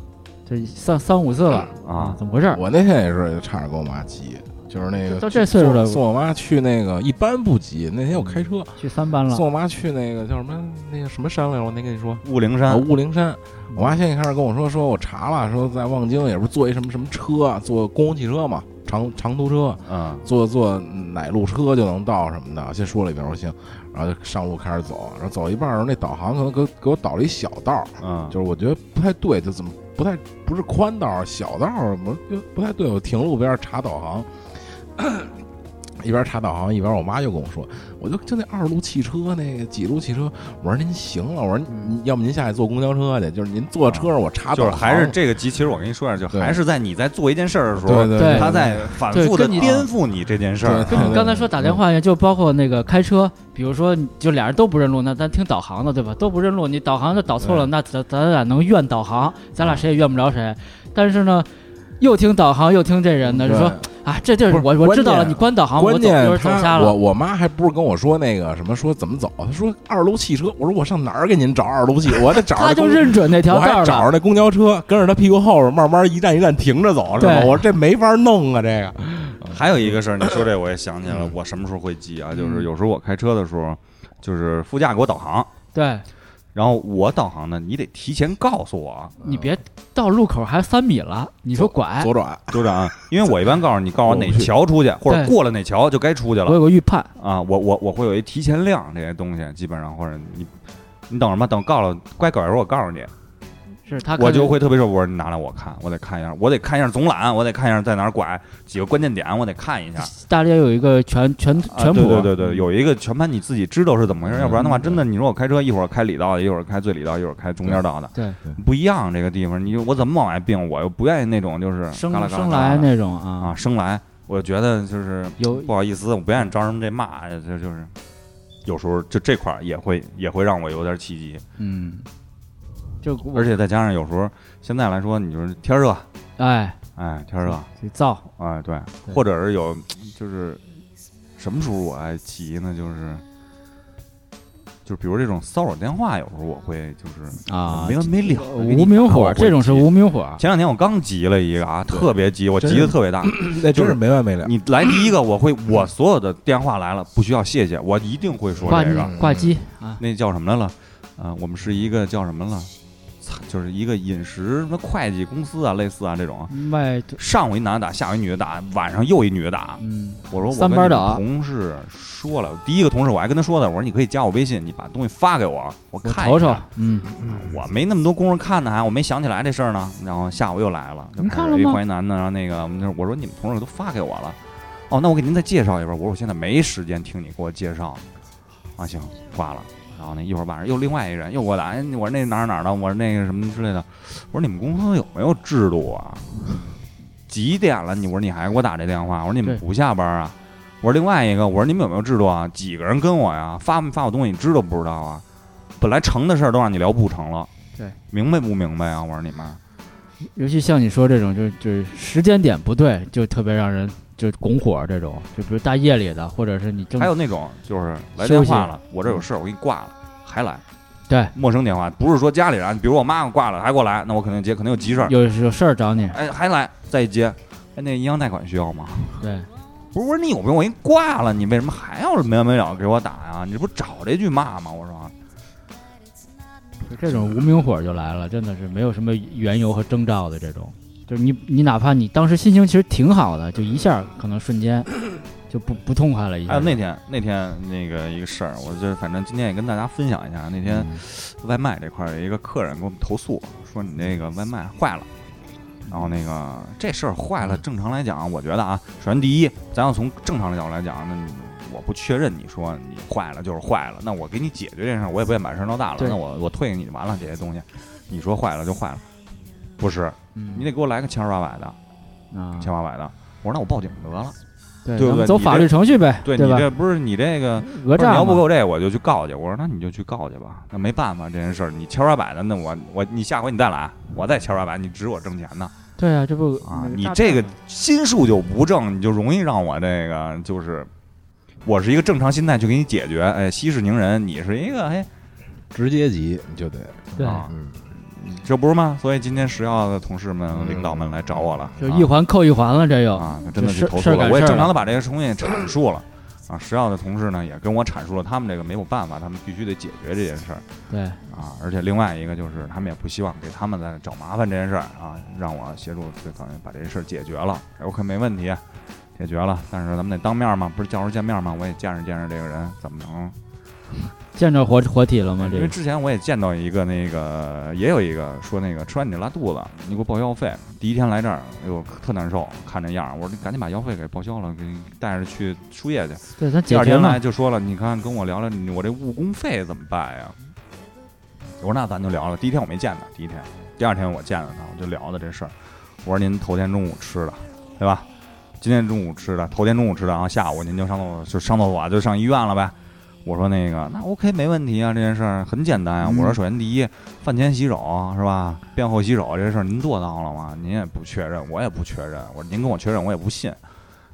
I: 这三三五次了
E: 嗯
J: 啊！
I: 怎么回事？
E: 我那天也是差点跟我妈急，就是那个
I: 到这岁数了
E: 送送我妈去那个一般不急，那天我开车
I: 去三班了
E: 送我妈去那个叫什么那个什么山来着？我那跟你说，
J: 雾灵
E: 啊，
J: 山，
E: 雾灵山。我妈现在开始跟我说，说我查了，说在望京也不是坐一什么什么车啊，坐公共汽车嘛，长长途车，
J: 嗯，
E: 坐坐哪路车就能到什么的。先说了一遍，我说行，然后就上路开始走，然后走一半儿，那导航可能给我给我导了一小道儿，
J: 嗯，
E: 就是我觉得不太对，就怎么不太不是宽道儿小道儿，我就不太对。我停路边儿查导航，一边查导航一边我妈就跟我说，我就就那二路汽车那个几路汽车，我说您行了，我说您要不您下去坐公交车去，就是您坐车上我查
J: 啊就
E: 导
J: 是
E: 航，
J: 还是这个急。其实我跟你说一下，就
E: 对
J: 还是在你在做一件事儿的时
E: 对
J: 候，
E: 对
I: 对
J: 他在反复的颠覆你这件事儿。
E: 对
I: 跟你刚才说打电话一样，就包括那个开车，比如说你就俩人都不认路，那咱听导航的，对吧？都不认路，你导航就导错了，那咱咱俩能怨导航，咱俩谁也怨不着谁。但是呢，又听导航又听这人的，就说啊，这地儿
E: 不是
I: 我我知道
E: 关
I: 了，
E: 键
I: 你关导航，啊我
E: 关
I: 走一会
E: 键
I: 儿走
E: 他
I: 瞎
E: 我
I: 了。
E: 我妈还不是跟我说那个什么说怎么走，她说二路汽车，我说我上哪儿给您找二路汽？我得找
I: 他
E: 着
I: 就
E: 公
I: 认准那条
E: 我还
I: 道
E: 找着
I: 了，
E: 那公交车，跟着他屁股后边，慢慢一站一站停着走，是吧？
I: 对
E: 我说这没法弄啊，这个
J: 还有一个事儿，你说这我也想起来了
E: 嗯，
J: 我什么时候会急
I: 嗯
J: 啊？就是有时候我开车的时候，就是副驾给我导航，
I: 对
J: 然后我导航呢，你得提前告诉我啊，
I: 你别到路口还三米了，你说拐，
E: 左转，
J: 组 长，啊因为我一般告诉你，告诉我哪
E: 我不去
J: 桥出去，或者
I: 对
J: 过了哪桥就该出去
I: 我
J: 了
I: 有个预判，
J: 啊。我我我会有一提前量这些东西，基本上或者你你等什么？等告诉乖拐的时候我告诉你，
I: 是他
J: 我就
I: 会
J: 会特别说，我说你拿来我看，我得看一下，我得看一下总览，我得看一下在哪儿拐，几个关键点我得看一下。
I: 大家有一个全全全嗯
J: 啊
I: 谱，
J: 对对对对，有一个全盘你自己知道是怎么回事，要不然的话，真的你说我开车一会儿开里道的，一会儿开最里道，一会儿开中间道的，
I: 对
J: 不一样这个地方，你我怎么往外并？我又不愿意那种就是
I: 生
J: 嘎啦嘎啦
I: 生
J: 嘎啦
I: 来
J: 的
I: 那种啊
J: 啊，生来，我觉得就是
I: 有
J: 不好意思，我不愿意招人这骂，就就是有时候就这块儿也会也会让我有点气急，
I: 嗯，就我
J: 而且再加上有时候现在来说，你就是天热，
I: 哎，
J: 哎，天热，
I: 这造
J: 哎，对，
I: 对
J: 或者是有就是什么时候我爱急呢？就是。就比如这种骚扰电话，有时候我会就是
I: 啊
J: 没完没了，
I: 无名火，这种是
J: 无。
I: 无名火，
J: 前两天我刚急了一个啊，特别急，我
E: 真
J: 急
E: 是
J: 的特别大，
E: 那
J: 就
E: 真
J: 是
E: 是没完没了。
J: 你来第一个，我会，我所有的电话来了，不需要谢谢，我一定会说
I: 挂
J: 这个。
I: 挂机啊，
J: 那叫什么来了？呃，我们是一个叫什么了？操就是一个饮食什么会计公司啊，类似啊这种。
I: 卖
J: 上午一男的打，下午一女的打，晚上又一女的打。
I: 嗯
J: 我说我
I: 三
J: 跟
I: 班
J: 你
I: 倒
J: 同事说了，第一个同事我还跟他说的，我说你可以加我微信，你把东西发给我，我看一
I: 瞅瞅
J: 下，
I: 嗯，
J: 我没那么多功夫看呢，还我没想起来这事儿呢。然后下午又来了，就
I: 你
J: 开
I: 看
J: 始
I: 了
J: 一
I: 吗
J: 淮南的，然后那个我们就我说你们同事都发给我了，哦，那我给您再介绍一遍。我说我现在没时间听你给我介绍，啊行，挂了。然后那一会儿晚上又另外一人又给我打，哎，我说那哪儿哪儿的，我说那个什么之类的，我说你们公司有没有制度啊？几点了你？我说你还给我打这电话？我说你们
I: 对
J: 不下班啊？我说另外一个，我说你们有没有制度啊？几个人跟我呀？发没发我东西？你知道不知道啊？本来成的事儿都让你聊不成了，
I: 对，
J: 明白不明白啊？我说你们，
I: 尤其像你说这种，就是就是时间点不对，就特别让人就拱火这种，就比如大夜里的，或者是你正
J: 还有那种就是来
I: 嗯休
J: 电
I: 息
J: 话了，我这有事儿，我给你挂了，还来
I: 对
J: 陌生电话，不是说家里人，比如我妈给我挂了还给我来，那我肯定接，肯定有急事儿，
I: 有有事儿找你，
J: 哎，还来再一接，哎，那银行贷款需要吗？
I: 对，
J: 不是，我说你有病，我给你挂了，你为什么还要没完没了给我打呀？你不找这句骂吗？我说，
I: 就这种无名火就来了，真的是没有什么缘由和征兆的这种，就是你你哪怕你当时心情其实挺好的，就一下可能 瞬间就不不痛快了一下。
J: 还有啊那天那天那个一个事儿，我就是反正今天也跟大家分享一下，那天
I: 嗯
J: 外卖这块儿有一个客人给我们投诉，说你那个外卖坏了。然后那个
I: 嗯
J: 这事儿坏了，正常来讲，我觉得啊，首先第一，咱要从正常的角度来讲，那你我不确认你说你坏了就是坏了，那我给你解决这事儿，我也不愿意把事儿闹大了，
I: 对
J: 那我我退给你就完了这些东西，你说坏了就坏了，不是，
I: 嗯
J: 你得给我来个千儿八百的，
I: 啊，
J: 千八百的。我说那我报警得了，
I: 对，
J: 对
I: 咱
J: 不对
I: 们走
J: 你
I: 法
J: 这
I: 律程序呗，
J: 对你
I: 吧？
J: 这不是你这个
I: 讹
J: 不是
I: 诈
J: 你要不
I: 嘛
J: 给我这个，我就去告去。我说那你就去告去吧，那没办法，这件事儿你千八百的，那我我你下回你再来，我再千八百，你指我挣钱呢
I: 对啊，这不
J: 啊
I: 那！
J: 你
I: 诈
J: 这
I: 骗
J: 个心术就不正，你就容易让我这个就是我是一个正常心态去给你解决，哎，息事宁人，你是一个哎，
E: 直接级你就得，
A: 对
J: 啊
E: 嗯，
J: 这不是吗？所以今天食药的同事们、
E: 嗯
J: 领导们来找我了，
I: 就一环扣一环了，这又
J: 啊，那真的
I: 事
J: 去
I: 儿
J: 投
I: 事
J: 诉
I: 儿
J: 了
I: 赶。
J: 我也
I: 事儿
J: 正常的
I: 了
J: 把这个东西阐述了。啊，食药的同事呢也跟我阐述了他们这个没有办法，他们必须得解决这件事儿
I: 对，
J: 啊。而且另外一个就是他们也不希望给他们再找麻烦这件事儿啊，让我协助去等于把这事儿解决了。哎 OK，没问题，解决了。但是咱们得当面嘛，不是叫时见面嘛，我也见识见识这个人怎么能
I: 见着活活体了吗？这
J: 因为
I: 个
J: 之前我也见到一个那个，也有一个说那个吃完你就拉肚子，你给我报药费。第一天来这儿，哎呦特难受，看这样儿，我说你赶紧把药费给报销了，给你带着去输液去。
I: 对咱
J: 第
I: 解
J: 二
I: 决
J: 天
I: 嘛
J: 来，就说了，你看跟我聊聊你我这误工费怎么办呀？我说那咱就聊了。第一天我没见他，第一天，第二天我见了他，我就聊的这事儿。我说您头天中午吃的，对吧？今天中午吃的，头天中午吃的，然后下午您就上厕所，就上厕所啊就上医院了呗。我说那个那 OK 没问题啊，这件事儿很简单啊。我说首先第一，饭前洗手啊是吧？便后洗手这事儿您做到了吗？您也不确认，我也不确认。我说您跟我确认，我也不信。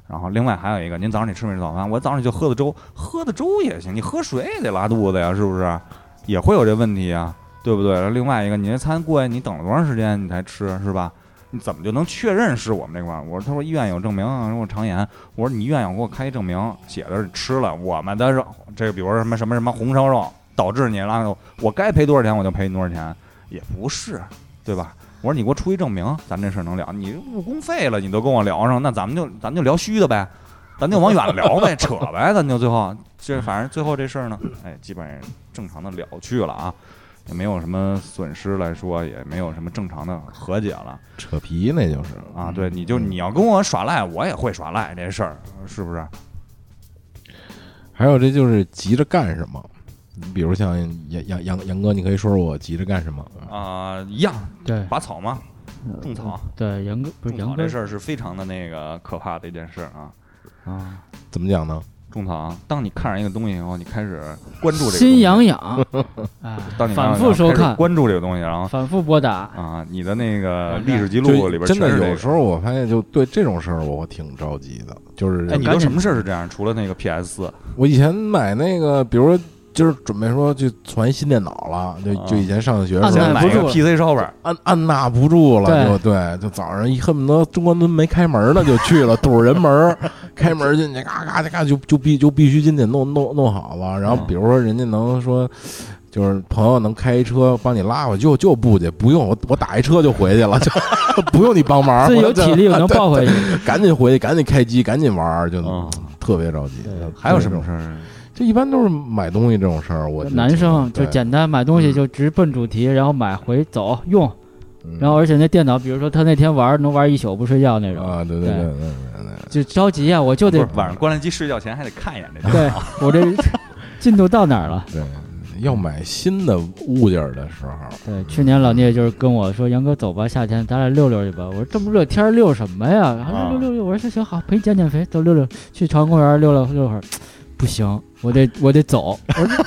J: 然后另外还有一个，您早上你吃没吃早饭？我早上就喝的粥，喝的粥也行，你喝水也得拉肚子呀，是不是？也会有这问题啊，对不对？另外一个，你这餐过来你等了多长时间你才吃是吧？你怎么就能确认是我们这块儿？我说，他说医院有证明啊，说我肠炎。我说你医院有给我开一证明，写的是吃了我们的肉，这个比如说什么什么什么红烧肉导致你拉肚子，我该赔多少钱我就赔你多少钱，也不是，对吧？我说你给我出一证明，咱们这事儿能聊。你误工费了，你都跟我聊上，那咱们就咱们就聊虚的呗，咱就往远了聊 呗，扯呗，咱就最后这反正最后这事儿呢，哎，基本上正常的了去了啊，也没有什么损失来说，也没有什么正常的和解了。
E: 扯皮那就是
J: 啊，
I: 嗯
J: 对，你就你要跟我耍赖，我也会耍赖这事儿，是不是？
E: 还有这就是急着干什么，你比如像杨杨杨杨哥，你可以说说我急着干什么？
I: 嗯
J: 啊、一样
I: 对
J: 拔草嘛，种草，
I: 对杨哥不是
J: 种
I: 杨
J: 草
I: 哥
J: 这事儿是非常的那个可怕的一件事啊。
I: 啊，
E: 怎么讲呢？
J: 种草，啊当你看上一个东西以后，你开始关注这个东西，
I: 心痒 痒，哎
J: 当你看上
I: 反
J: 一个
I: 复收
J: 开始
I: 看，
J: 关注这个东西，然后
I: 反复拨打，
J: 啊，你的那个历史记录
E: 就
J: 里边
E: 真的
J: 全是这
E: 有
J: 个
E: 时候我发现，就对这种事儿我挺着急的，就是
J: 哎，你
I: 赶
J: 都
I: 紧
J: 什么事儿是这样？除了那个 PS 四，
E: 我以前买那个，比如说今儿准备说去攒新电脑了，就
J: 啊
E: 就以前上学的
I: 按
E: 时
I: 捺
E: 候
I: 不
J: 买一个
I: 住了
J: PC 烧本，
E: 按按捺不住了，就对，就早上一恨不得中关村没开门呢就去了，堵着人 门儿，开门进去，嘎嘎嘎就就必就必须进去弄弄弄好了。然后
J: 嗯
E: 比如说人家能说，就是朋友能开一车帮你拉回去，就就不去，不用我我打一车就回去了，就 不用你帮忙，
I: 自己
E: 啊我
I: 有 体力我能抱回去。
E: 赶紧回去，赶紧开机，赶紧玩儿，就
J: 嗯，
E: 特别着急。
J: 还有什么事儿？
E: 就一般都是买东西这种事儿，我觉得
I: 男生
E: 对
I: 就简单买东西就直奔主题，然后买回走用，
E: 嗯
I: 然后而且那电脑，比如说他那天玩能玩一宿不睡觉那种，
E: 啊，对对对对，
I: 就着急啊，我就
J: 不是
I: 得
J: 晚上关了机睡觉前还得看一眼这东西
I: 对我这进度到哪儿了？
E: 要买新的物件儿的时候，
I: 对，去年老聂就是跟我说，杨哥走吧，夏天咱俩溜溜去吧。我说这么热天儿溜什么呀？然
E: 啊
I: 后溜溜溜溜，我说行行好，陪你减减肥，走溜溜，去朝阳公园溜溜溜会儿。不行，我得我得走。 我说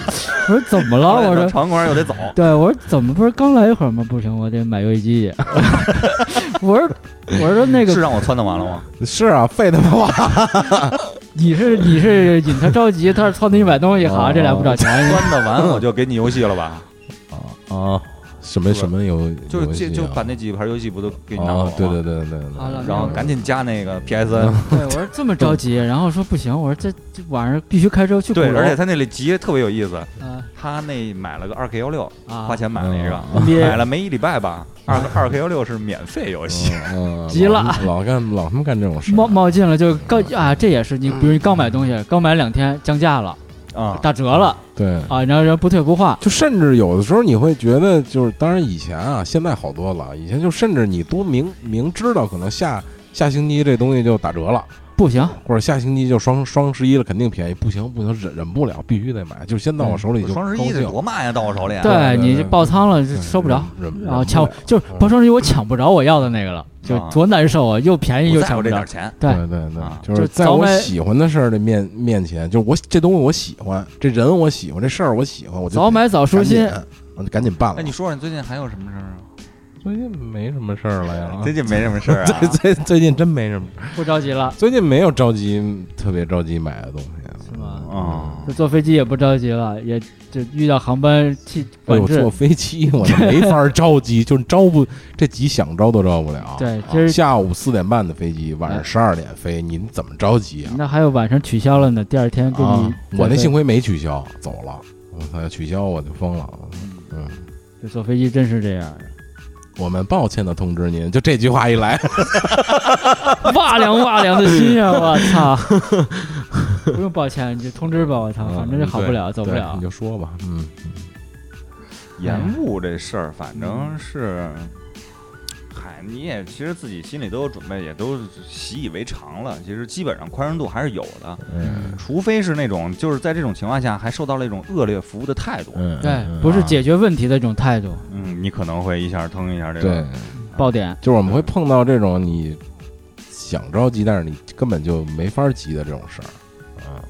I: 我说怎么了？我说
J: 床官又得走，
I: 对，我说怎么不是刚来一会儿吗？不行，我得买游戏机 去。我说我说那
J: 是啊
I: 个
J: 让我撺掇完了吗？
E: 是啊，废他妈话，
I: 你是你是引他着急，他是撺掇你买东
J: 哦
I: 西，好，这俩不找 钱。
J: 撺掇完我就给你游戏了吧？
E: 啊，什么什么游，
J: 就是
E: 游戏
J: 这
E: 啊
J: 就把那几盘游戏不都给你拿走
E: 啊
J: 了，
E: 对对对对对
I: 好
E: 对，
I: 了，
J: 然后赶紧加那个 PSN，
I: 对，我说这么着急，然后说不行，我说这这晚上必须开车去鼓
J: 对，
I: 楼
J: 而且他那里集特别有意思，
I: 啊
J: 他那买了个二 K 幺六，
I: 啊
J: 花，钱买了一个，
I: 憋
J: 买了没一礼拜吧，二二 K 幺六是免费游戏，
E: 嗯，嗯
I: 急了
E: 老老干老他妈干这种事儿，
I: 冒冒进了就刚啊，这也是你，比如你刚买东西，刚买两天降价了，
J: 啊，
I: 打折了
E: 对。
I: 啊，然后人不退不换，
E: 就甚至有的时候你会觉得，就是当然以前啊，现在好多了。以前就甚至你都明明知道可能下下星期这东西就打折了，
I: 不行，
E: 或者下星期就双双十一了，肯定便宜，不行不行，忍忍不了，必须得买，就先到我手里就
J: 嗯双十一
E: 高
J: 得
E: 兴
J: 多慢呀，到我手里，啊
E: 对对
I: 你就
E: 对
I: 爆仓了，就
E: 对
I: 收不着。
E: 忍忍
I: 啊，
E: 不
I: 抢
E: 了
I: 就是
E: 嗯
I: 包双十一我抢不着我要的那个了，就
J: 啊
I: 多难受啊！又便宜
J: 不
I: 又
J: 在
I: 抢
J: 乎
I: 不
J: 这
I: 着
J: 点，钱，
I: 对
E: 对对对
J: 啊，
E: 就是
I: 就
E: 在
I: 早
E: 我
I: 买
E: 喜欢的事儿的面面前，就是我这东西我喜欢，这人我喜欢，这事儿我喜欢，我就
I: 早买早舒
E: 赶紧
I: 心。，
E: 我就赶紧办了。
J: 哎，你说说你最近还有什么事儿
E: 最近没什么事儿了
J: 啊？
E: 呀
J: 最？近没什么事儿啊
E: 最。
I: 嗯
E: 最最近真没什么，
I: 不着急了，
E: 最近没有着急特别着急买的东西，
I: 是吗嘛。
J: 啊，
I: 就坐飞机也不着急了，也就遇到航班气
E: 哎
I: 管
E: 呦，
I: 制。
E: 坐飞机我这没法着急，就是招不这急想招都招不了。
I: 对哎
E: 啊
I: 其实
E: 下午四点半的飞机，晚上十二点飞，你怎么着急啊？
I: 那还有晚上取消了呢，第二天给
E: 啊
I: 你。，
E: 我那幸
I: 亏
E: 亏没取消，走了。我操，要取消我就疯了。嗯，
I: 坐飞机真是这样，
E: 我们抱歉的通知您，就这句话一来，
I: 啊哇凉哇凉的心呀！我 操，不用抱歉，你就通知吧。我操，
E: 嗯
I: 反正就好不了，走不
E: 对
I: 了
E: 你。就说吧。嗯，
J: 延误这事儿，反正是，嗨，你也其实自己心里都有准备，也都习以为常了。其实基本上宽容度还是有的，
E: 嗯
J: 除非是那种就是在这种情况下还受到了一种恶劣服务的态度，
E: 嗯，
I: 对
E: 嗯，
I: 不是
E: 啊
I: 解决问题的这种态度，
J: 嗯，你可能会一下腾一下这
E: 对
J: 个，，
I: 爆点。
E: 就是我们会碰到这种你想着急，但是你根本就没法急的这种事儿啊。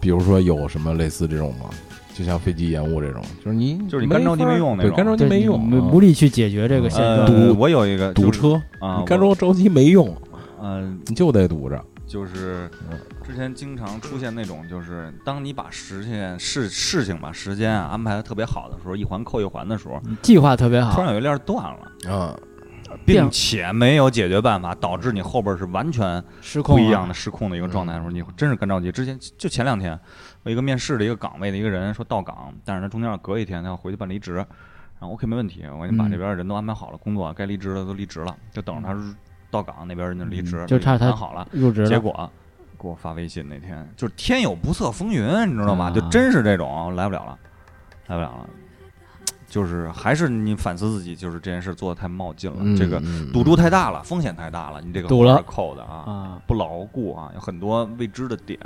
E: 比如说有什么类似这种吗？就像飞机延误这种，就是你
J: 就是你干着急没用那
E: 对，
J: 种
E: 干着急
I: 对
E: 没
I: 你
E: 用，
I: 无
E: 啊
I: 无力去解决这个现
J: 呃
I: 状。
E: 堵
J: 我有一个
E: 堵，
J: 就是
E: 车，
J: 啊
E: 你干着着急没用，
J: 嗯，
E: 你就得堵着。
J: 就是之前经常出现那种，就是当你把时间事事情把时间啊安排的特别好的时候，一环扣一环的时候，
I: 计划特别
J: 突
I: 好，
J: 然有一链断了，
E: 啊，
J: 并且没有解决办法，导致你后边是完全
I: 失控
J: 不一
I: 了嗯
J: 样的失控的一个状态的时候，你真是干着急。之前就前两天，我一个面试的一个岗位的一个人说到岗，但是他中间要隔一天，他要回去办离职，然后 OK 没问题，我已经把
I: 嗯
J: 这边人都安排好了，工作该离职的都离职了，就等着他入到岗那边人就离职，
I: 嗯就差他
J: 谈好了。
I: 入职
J: 结
I: 了。
J: 果给我发微信那天，就是天有不测风云，你知道吗？
I: 啊
J: 就真是这种，来不了了，来不了了。就是还是你反思自己，就是这件事做的太冒进了，
E: 嗯
J: 这个
E: 嗯
J: 赌注太大了，风险太大了，你这个
I: 赌了
J: 活儿扣的啊，
I: 啊，
J: 不牢固啊，有很多未知的点。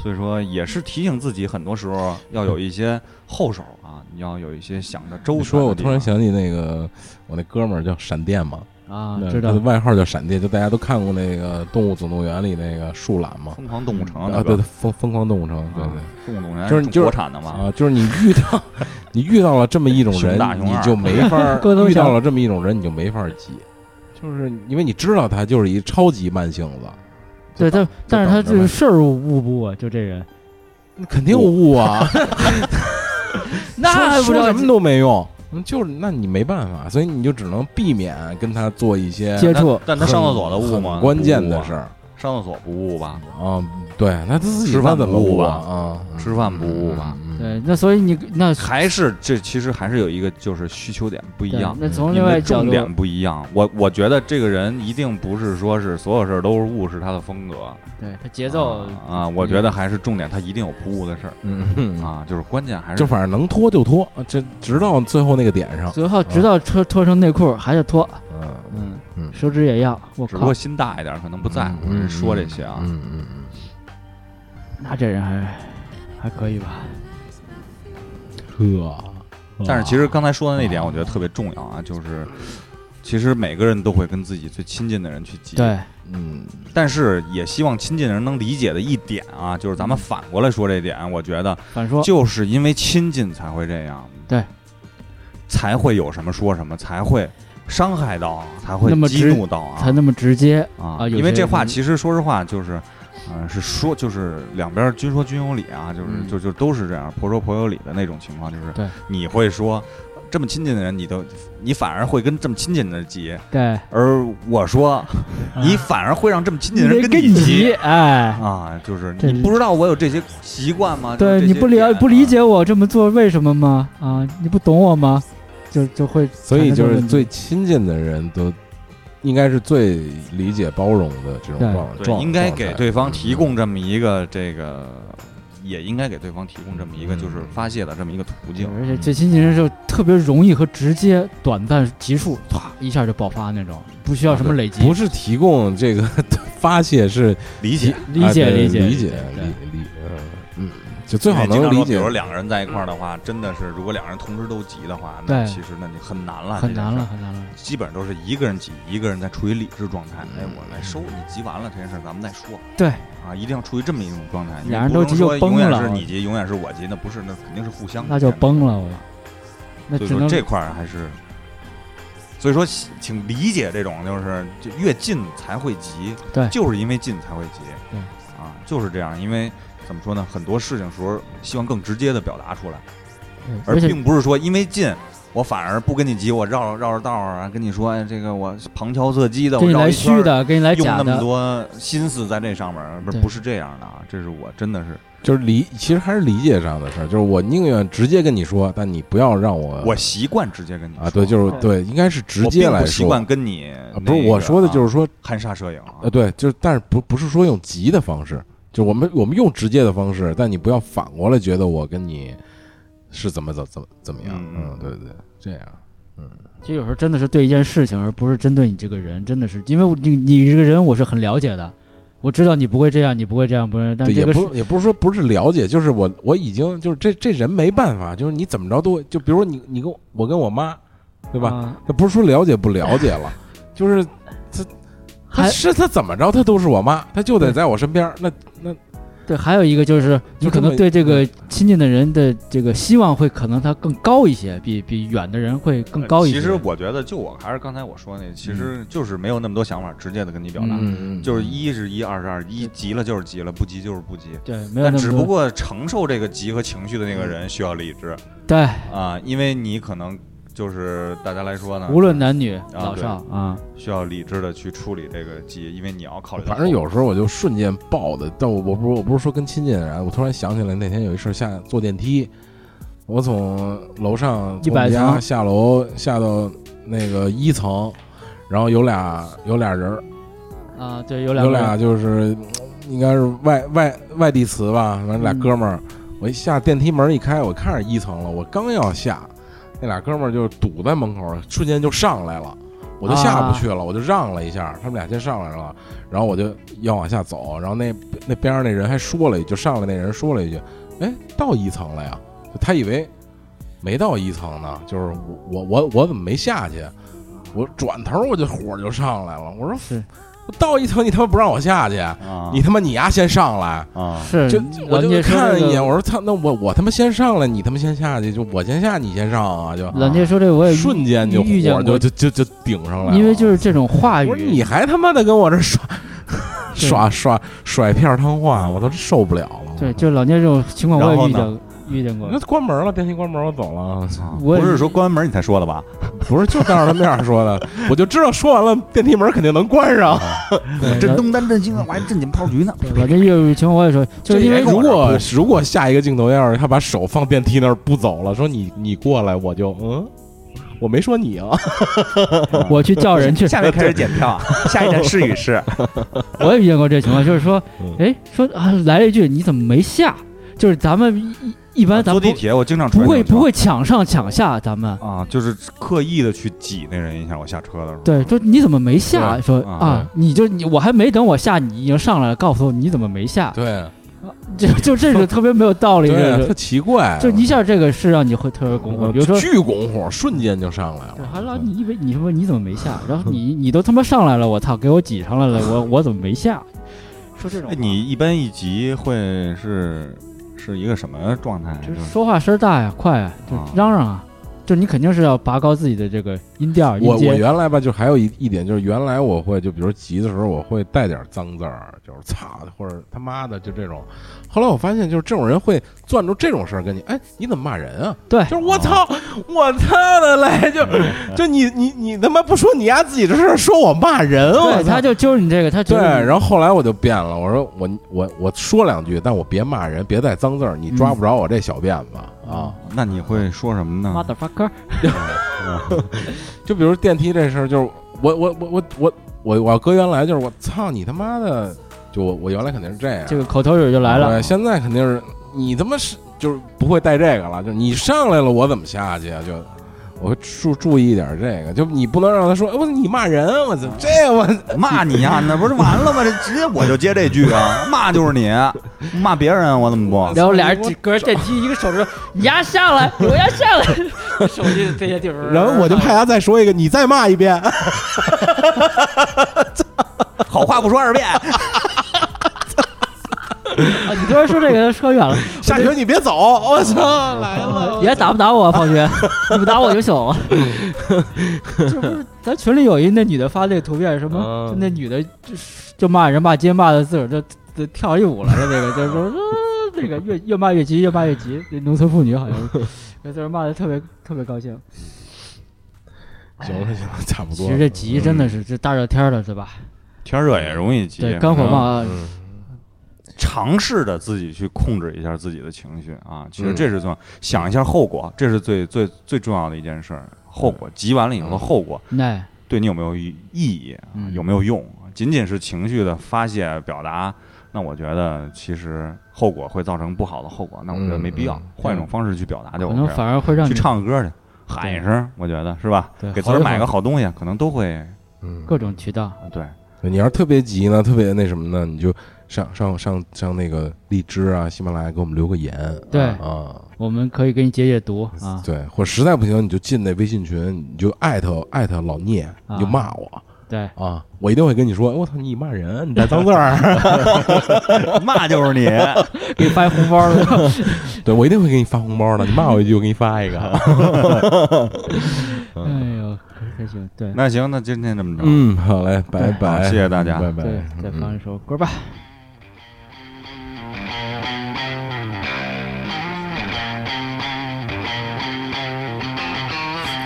J: 所以说，也是提醒自己，很多时候要有一些后手啊，你要有一些想着周全
E: 你
J: 的地方。
E: 说我突然想起那个我那哥们儿叫闪电嘛，
I: 啊
E: 那，
I: 知
E: 他
I: 道
E: 的外号叫闪电，就大家都看过那个《动物总动员》里那个树懒嘛，
J: 《疯狂动物城》
E: 啊，对
J: 对
E: 对，
J: 吧？
E: 疯疯狂动物城，对
J: 啊
E: 对。
J: 动物动物园
E: 就是就是
J: 国产的嘛，
E: 啊，就是你遇到你遇到了这么一种
J: 熊
E: 人
J: 大，熊
E: 你
J: 二
E: 就没法儿
I: 各都
E: 遇到
I: 想
E: 了这么一种人，你就没法儿急，就是因为你知道他就是一超级慢性子，
I: 对，
E: 就
I: 但
E: 等
I: 但是他
E: 就等
I: 这
E: 着
I: 个事儿误不啊？就这人，
E: 呗肯定有误啊，
I: 还
E: 说
I: 不
E: 说
I: 着
E: 什
I: 急
E: 么都没用，嗯就是那你没办法，所以你就只能避免跟他做一些
I: 接触
J: 但他上厕所的误吗？
E: 很关键
J: 不误
E: 的
J: 啊
E: 事儿
J: 上厕所不误吧？
E: 啊，对，那他自己
J: 吃
E: 他
J: 饭
E: 怎
J: 不
E: 么
J: 误
E: 误啊
J: 吧
E: 啊，嗯
J: 吃饭不误吧？
E: 嗯
I: 对，那所以你那
J: 还是这其实还是有一个就是需求点不一
I: 对
J: 样，
I: 那从
J: 你
I: 另外
J: 们
I: 角
J: 重
I: 度，
J: 点不一样。我我觉得这个人一定不是说是所有事儿都是误是他的风格，
I: 对他节奏
J: 啊啊，我觉得还是重点，他一定有不误的事儿
E: 嗯嗯啊，
J: 啊，就是关键还是
E: 就反正能拖就拖，这直到最后那个点
J: 啊
E: 上，
I: 最后直到脱脱成内裤还得脱，
E: 嗯。
I: 嗯
E: 嗯
I: 手指也要，我
J: 只不过
I: 靠，
J: 心大一点，可能不
E: 不
J: 在乎人说这些啊。
E: 嗯嗯嗯，
I: 那这人还还可以吧？
E: 呵，
J: 但是其实刚才说的那点，我觉得特别重要啊，就是其实每个人都会跟自己最亲近的人去急，
I: 对，
E: 嗯，
J: 但是也希望亲近的人能理解的一点啊，就是咱们反过来说这点，我觉得
I: 反说
J: 就是因为亲近才会这样，
I: 对，
J: 才会有什么说什么，才会伤害到，啊才会
I: 那么
J: 激
I: 直
J: 怒到啊
I: 才那么直接，
J: 啊！
I: 啊有
J: 因为
I: 些
J: 这话
I: 人
J: 其实说实话就是，嗯、是说就是两边均说均有理啊，就是、
I: 嗯
J: 就就都是这样婆说婆有理的那种情况，就是
I: 对
J: 你会说。这么亲近的人，你都你反而会跟这么亲近的人急，
I: 对，
J: 而我说，你反而会让这么亲近的人
I: 啊得
J: 跟你
I: 急，哎。
J: 啊，就是
I: 这
J: 你不知道我有这些习惯吗？
I: 对，
J: 这
I: 你
J: 些
I: 不了
J: 点
I: 不理
J: 啊
I: 解我这么做为什么吗？啊，你不懂我吗？就就会产
E: 所
I: 生
E: 以
I: 这种问题，
E: 就是最亲近的人都应该是最理解包容的这种
I: 对
E: 状
J: 对，
E: 状，
J: 应该
E: 状
J: 给
E: 态嗯
J: 对
I: 嗯
J: 方提供这么一个这个，也应该给对方提供这么一个就是
I: 嗯
J: 发泄的这么一个途
I: 对
J: 径。
I: 而且最亲近人就特别容易和直接、短暂、急速，啪一下就爆发那种，不需要
J: 啊
I: 什么累积。
E: 不是提供这个 发泄，是
J: 理解，
I: 理解
E: 啊对
I: 理解
E: 理
I: 理解
E: 理
I: 对
E: 理，嗯嗯，就最好
J: 因为经
E: 能
J: 常说
E: 理解
J: 比如。两个人在一块儿的话，真的是如果两个人同时都急的话，
I: 对
J: 那其实那你很难了，
I: 很难
J: 这件事
I: 了，
J: 儿。
I: 很难了。
J: 基本上都是一个人急，一个人在处于理智状态。哎，我来收
I: 嗯
J: 你急完了这件事儿，咱们再说。
I: 对
J: 啊，一定要处于这么一种状态。因为
I: 俩人
J: 不
I: 都
J: 能
I: 急就
J: 说
I: 崩
J: 永远
I: 了
J: 是你急，永远是我急，那不是，那肯定是互相的。
I: 那就崩了我，那
J: 所以
I: 只
J: 说
I: 能
J: 这块儿还是，所以说请理解这种就是就越近才会急，
I: 对
J: 就是因为近才会急，
I: 哎对
J: 啊，就是这样，因为怎么说呢，很多事情时候希望更直接的表达出来，而
I: 而且
J: 并不是说因为近。我反而不跟你急，我绕绕着道儿啊，跟你说，哎这个我旁敲侧击的，
I: 给
J: 我
I: 你
J: 绕
I: 来
J: 一圈
I: 虚
J: 儿
I: 的，给你来
J: 用
I: 假
J: 那么
I: 的，
J: 多心思在这上面儿，不是
I: 对
J: 不是这样的啊，这是我真的是
E: 就是理，其实还是理解上的事儿，就是我宁愿直接跟你说，但你不要让我
J: 我习惯直接跟你说
E: 呃啊，对，就是对，应该是直接
J: 我并
E: 来
J: 不习
E: 说，
J: 惯跟你
E: 啊不是我说的，就是是说，
J: 含沙射影啊
E: 呃，对，就是但是不不是说用急的方式，就我们我们用直接的方式，但你不要反过来觉得我跟你是怎么怎怎么怎么样，
J: 嗯
E: 嗯，对对对，这样。
I: 其实有时候真的是对一件事情，而不是针对你这个人，真的是因为我你你这个人我是很了解的，我知道你不会这样，你不会这样，不是，但
E: 对，
I: 这
E: 也
I: 个
E: 不
I: 是
E: 是也不是说不是了解，就是我我已经就是这这人没办法，就是你怎么着都就比如说你你跟我我跟我妈，对吧？
I: 啊
E: 那、不是说了解不了解了，就是他他
I: 还
E: 是他怎么着他都是我妈，他就得在我身边儿。那那
I: 对，还有一个就是你
E: 就
I: 可
E: 这
I: 能
E: 么
I: 对这个亲近的人的这个希望会可能他更高一些，比比远的人会更高一些。
J: 呃
I: 嗯
J: 其实我觉得，就我还是刚才我说那，其实就是没有那么多想法，直接的跟你表达，
E: 嗯
J: 就是一是一，二是二，一急了就是急了，不急就是不急。
I: 对没有
J: 但
I: 那
J: 只
I: 么
J: 不
I: 多嗯
J: 过承受这个急和情绪的那个人需要理智
I: 对，
J: 啊，因为你可能就是大家来说呢，
I: 无论男女
J: 对
I: 老少啊，
J: 需要理智的去处理这个急，因为你要考虑到
E: 反正有时候我就瞬间爆的，但我我不是我不是说跟亲近的人，我突然想起来那天有一事儿下坐电梯，我从楼上从我们
I: 100
E: 家
I: 层
E: 下楼下到那个一层，然后有俩有俩人儿
I: 啊，对，有两
E: 有
I: 个人
E: 俩就是嗯应该是外外外地词吧，反正俩
I: 嗯
E: 哥们儿，我一下电梯门一开，我看着一层了，我刚要下，那俩哥们儿就堵在门口，瞬间就上来了。我就下
I: 啊
E: 不去了，我就让了一下，他们俩先上来了，然后我就要往下走，然后那那边上那人还说了一句，就上来那人说了一句，哎，到一层了呀，就他以为没到一层呢，就是我我我我怎么没下去？我转头我就火就上来了，我说
I: 是
E: 我到一层你他妈不让我下去，
I: 嗯
J: 啊
E: 你他妈你丫先上来，
J: 啊，
I: 是
E: 就
I: 人
E: 我就
I: 家说
E: 看
I: 这
E: 一
I: 个
E: 眼，我说操，那我我他妈先上来，你他妈先下去，就我先下你先上啊，就
I: 冷姐说这个我也遇
E: 瞬间就
I: 遇见
E: 火
I: 过
E: 就，就就就顶上来了，
I: 因为就是这种话
E: 我说
I: 语，
E: 你还他妈的跟我这耍
I: 对
E: 耍耍甩片儿汤话，我都受不了了。
I: 对，就老聂这种情况我也遇见遇见过
E: 那。关门了，电梯关门，我走了。啊
I: 我也
J: 不是说关门你才说的吧？
E: 不是，就当着他面说的，我就知道说完了，电梯门肯定能关上。
I: 对
J: 震
I: 老
J: 东单震西单，我还震你们炮局呢。
I: 对老聂遇见情况我也说， 就是因为
E: 如
J: 跟我这
E: 果
J: 儿
E: 如果下一个镜头要是他把手放电梯那儿不走了，说你你过来，我就嗯，我没说你啊，
I: 我去叫人去，
J: 下面开始检 票，下一站是与是。
I: 我也遇见过这情况，就是说
E: 嗯，
I: 哎，说啊来了一句你怎么没下？就是咱们一一一般咱
J: 啊坐
I: 们
J: 地铁我经常
I: 不
J: 出
I: 不
J: 现
I: 会
J: 这种
I: 不会抢上抢下，咱们
J: 情况啊，就是刻意的去挤那人一下。我下车的时候，
I: 对说你怎么没下？说
J: 啊
I: 啊你就你我还没等我下，你已经上来了，告诉我你怎么没下？ 啊
E: 对
I: 就就这种特别没有道理
J: 啊
E: 对，
I: 的
E: 特
I: 事，
E: 奇怪，
I: 就一下这个是让你会特别
J: 嗯
I: 拱火，比如说
E: 巨拱火，瞬间就上来
I: 对，
E: 了。
I: 还老你以为你说你怎么没下？然
J: 嗯
I: 后你你都他妈上来了，我操，给我挤上来了，我我怎么没下？说这种
J: 哎
I: 话，，
J: 你一般一急会是是一个什么状
E: 啊
J: 态？
I: 就
J: 就是是
I: 说话声儿大呀，快呀，就
J: 啊
I: 嚷嚷啊，就你肯定是要拔高自己的这个音调
E: 我
I: 音
E: 我
I: 阶。
E: 原来吧，就还有一一点，就是原来我会就比如急的时候，我会带点脏字儿，就是操或者他妈的就这种。后来我发现，就是这种人会攥住这种事儿跟你，哎，你怎么骂人啊？
I: 对
E: 就是我操，我操的来 就就你你你他妈不说你丫自己的事儿，说我骂人，啊我
I: 对，
E: 操
I: 他。就揪你这个，他觉
E: 对，
I: 得你
E: 然后后来我就变了，我说我我我说两句，但我别骂人，别带脏字儿，你
I: 嗯
E: 抓不着我这小辫子啊。
J: 那你会说什么呢？
E: 哎
I: motherfucker，
E: 就比如电梯这事儿，就是我我我我我我我哥原来就是我操你他妈的，就我我原来肯定是这样，
I: 这个口头语就来了
E: 对，。现在肯定是你他妈是就是不会带这个了，就是你上来了我怎么下去啊？就我会注注意一点这个，就你不能让他说，哎我操你骂人，我操这 我
J: 骂你 呀，那不是完了吗？这直接我就接这句 啊，骂就是你，骂别人我怎么不？
I: 然后俩人几哥电梯，一个手指头，你丫下来，我丫下来， 手机这些地方。啊
E: 然后我就怕他再说一个，你再骂一 遍，
J: 好话不说二遍，
I: 啊，你刚才说这个说远了，
E: 下车你别走，我操来了。
I: 你还打不打我啊，放学？你不打我就行了。这不是咱群里有一那女的发那个图片，什么、
E: 嗯
I: 就那女的就就骂人骂街骂的自个儿就对跳一舞来了，这个就是说，呃这个越越骂越急，越骂越急。这农村妇女好像是，那就是骂的特别特别高兴。
E: 行了行了，差不多了。
I: 其实这
J: 嗯
I: 急真的是这大热天儿了，对吧？
J: 天热也容易急。
I: 对，肝火
J: 嗯
I: 旺啊，
J: 尝试着自己去控制一下自己的情绪啊，其实
E: 嗯
J: 这是重要，想一下后果，这是最最最重要的一件事儿。后果急完了以后的后果
I: 那
J: 对你有没有意义啊
I: 嗯
J: 有没有用啊？仅仅是情绪的发泄表达，那我觉得其实后果会造成不好的后果，那我觉得没必要
E: 嗯，
J: 换一种方式去表达就
I: 可能
J: OK
I: 反
J: 了。
I: 而会让
J: 去
I: 你
J: 唱个歌去，喊一声，我觉得是吧
I: 对？
J: 给自个
I: 好
J: 儿
I: 一
J: 买
I: 好
J: 个好东西，可能都会
E: 嗯，
I: 各种渠道。
J: 对。
E: 对你要是特别急呢，特别那什么呢，你就上上上上那个荔枝啊、喜马拉雅给我们留个言。
I: 对
E: 啊，
I: 我们可以给你解解毒啊，
E: 对，或者实在不行，你就进那微信群，你就艾特艾特老聂，你就骂我
I: 对，
E: 啊，我一定会跟你说，我操，你骂人，你带脏字儿，
J: 骂就是 你，
I: 给你发一红包 了。
E: 对我一定会给你发红包的，你骂我一句，我给你发 一个。
I: 哎呦，这就对。
J: 那行，那今天这么着，
E: 嗯，好嘞，拜
I: 对
E: 拜，
J: 好谢谢大家
E: 拜拜
I: 对，，再
E: 嗯
I: 放一首歌吧。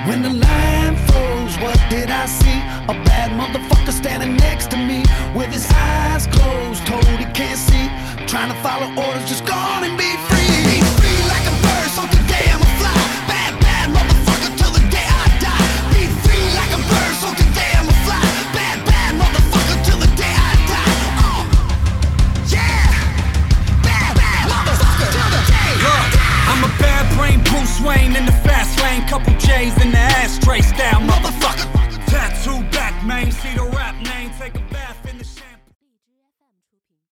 H: When the line froze, what did I see? A bad motherfucker standing next to me with his eyes closed, told he can't see. Trying to follow orders, just gone and be free. Be free like a bird, so today I'm a fly. Bad, bad motherfucker till the day I die. Be free like a bird, so today I'm a fly. Bad, bad motherfucker till the day I die. Oh, yeah. Bad, bad motherfucker till the day I die.
G: I'm a bad brain Bruce Wayne in the fast lane. Couple J's in the ashtray style, motherfucker. Tattoo back, man. See the rap,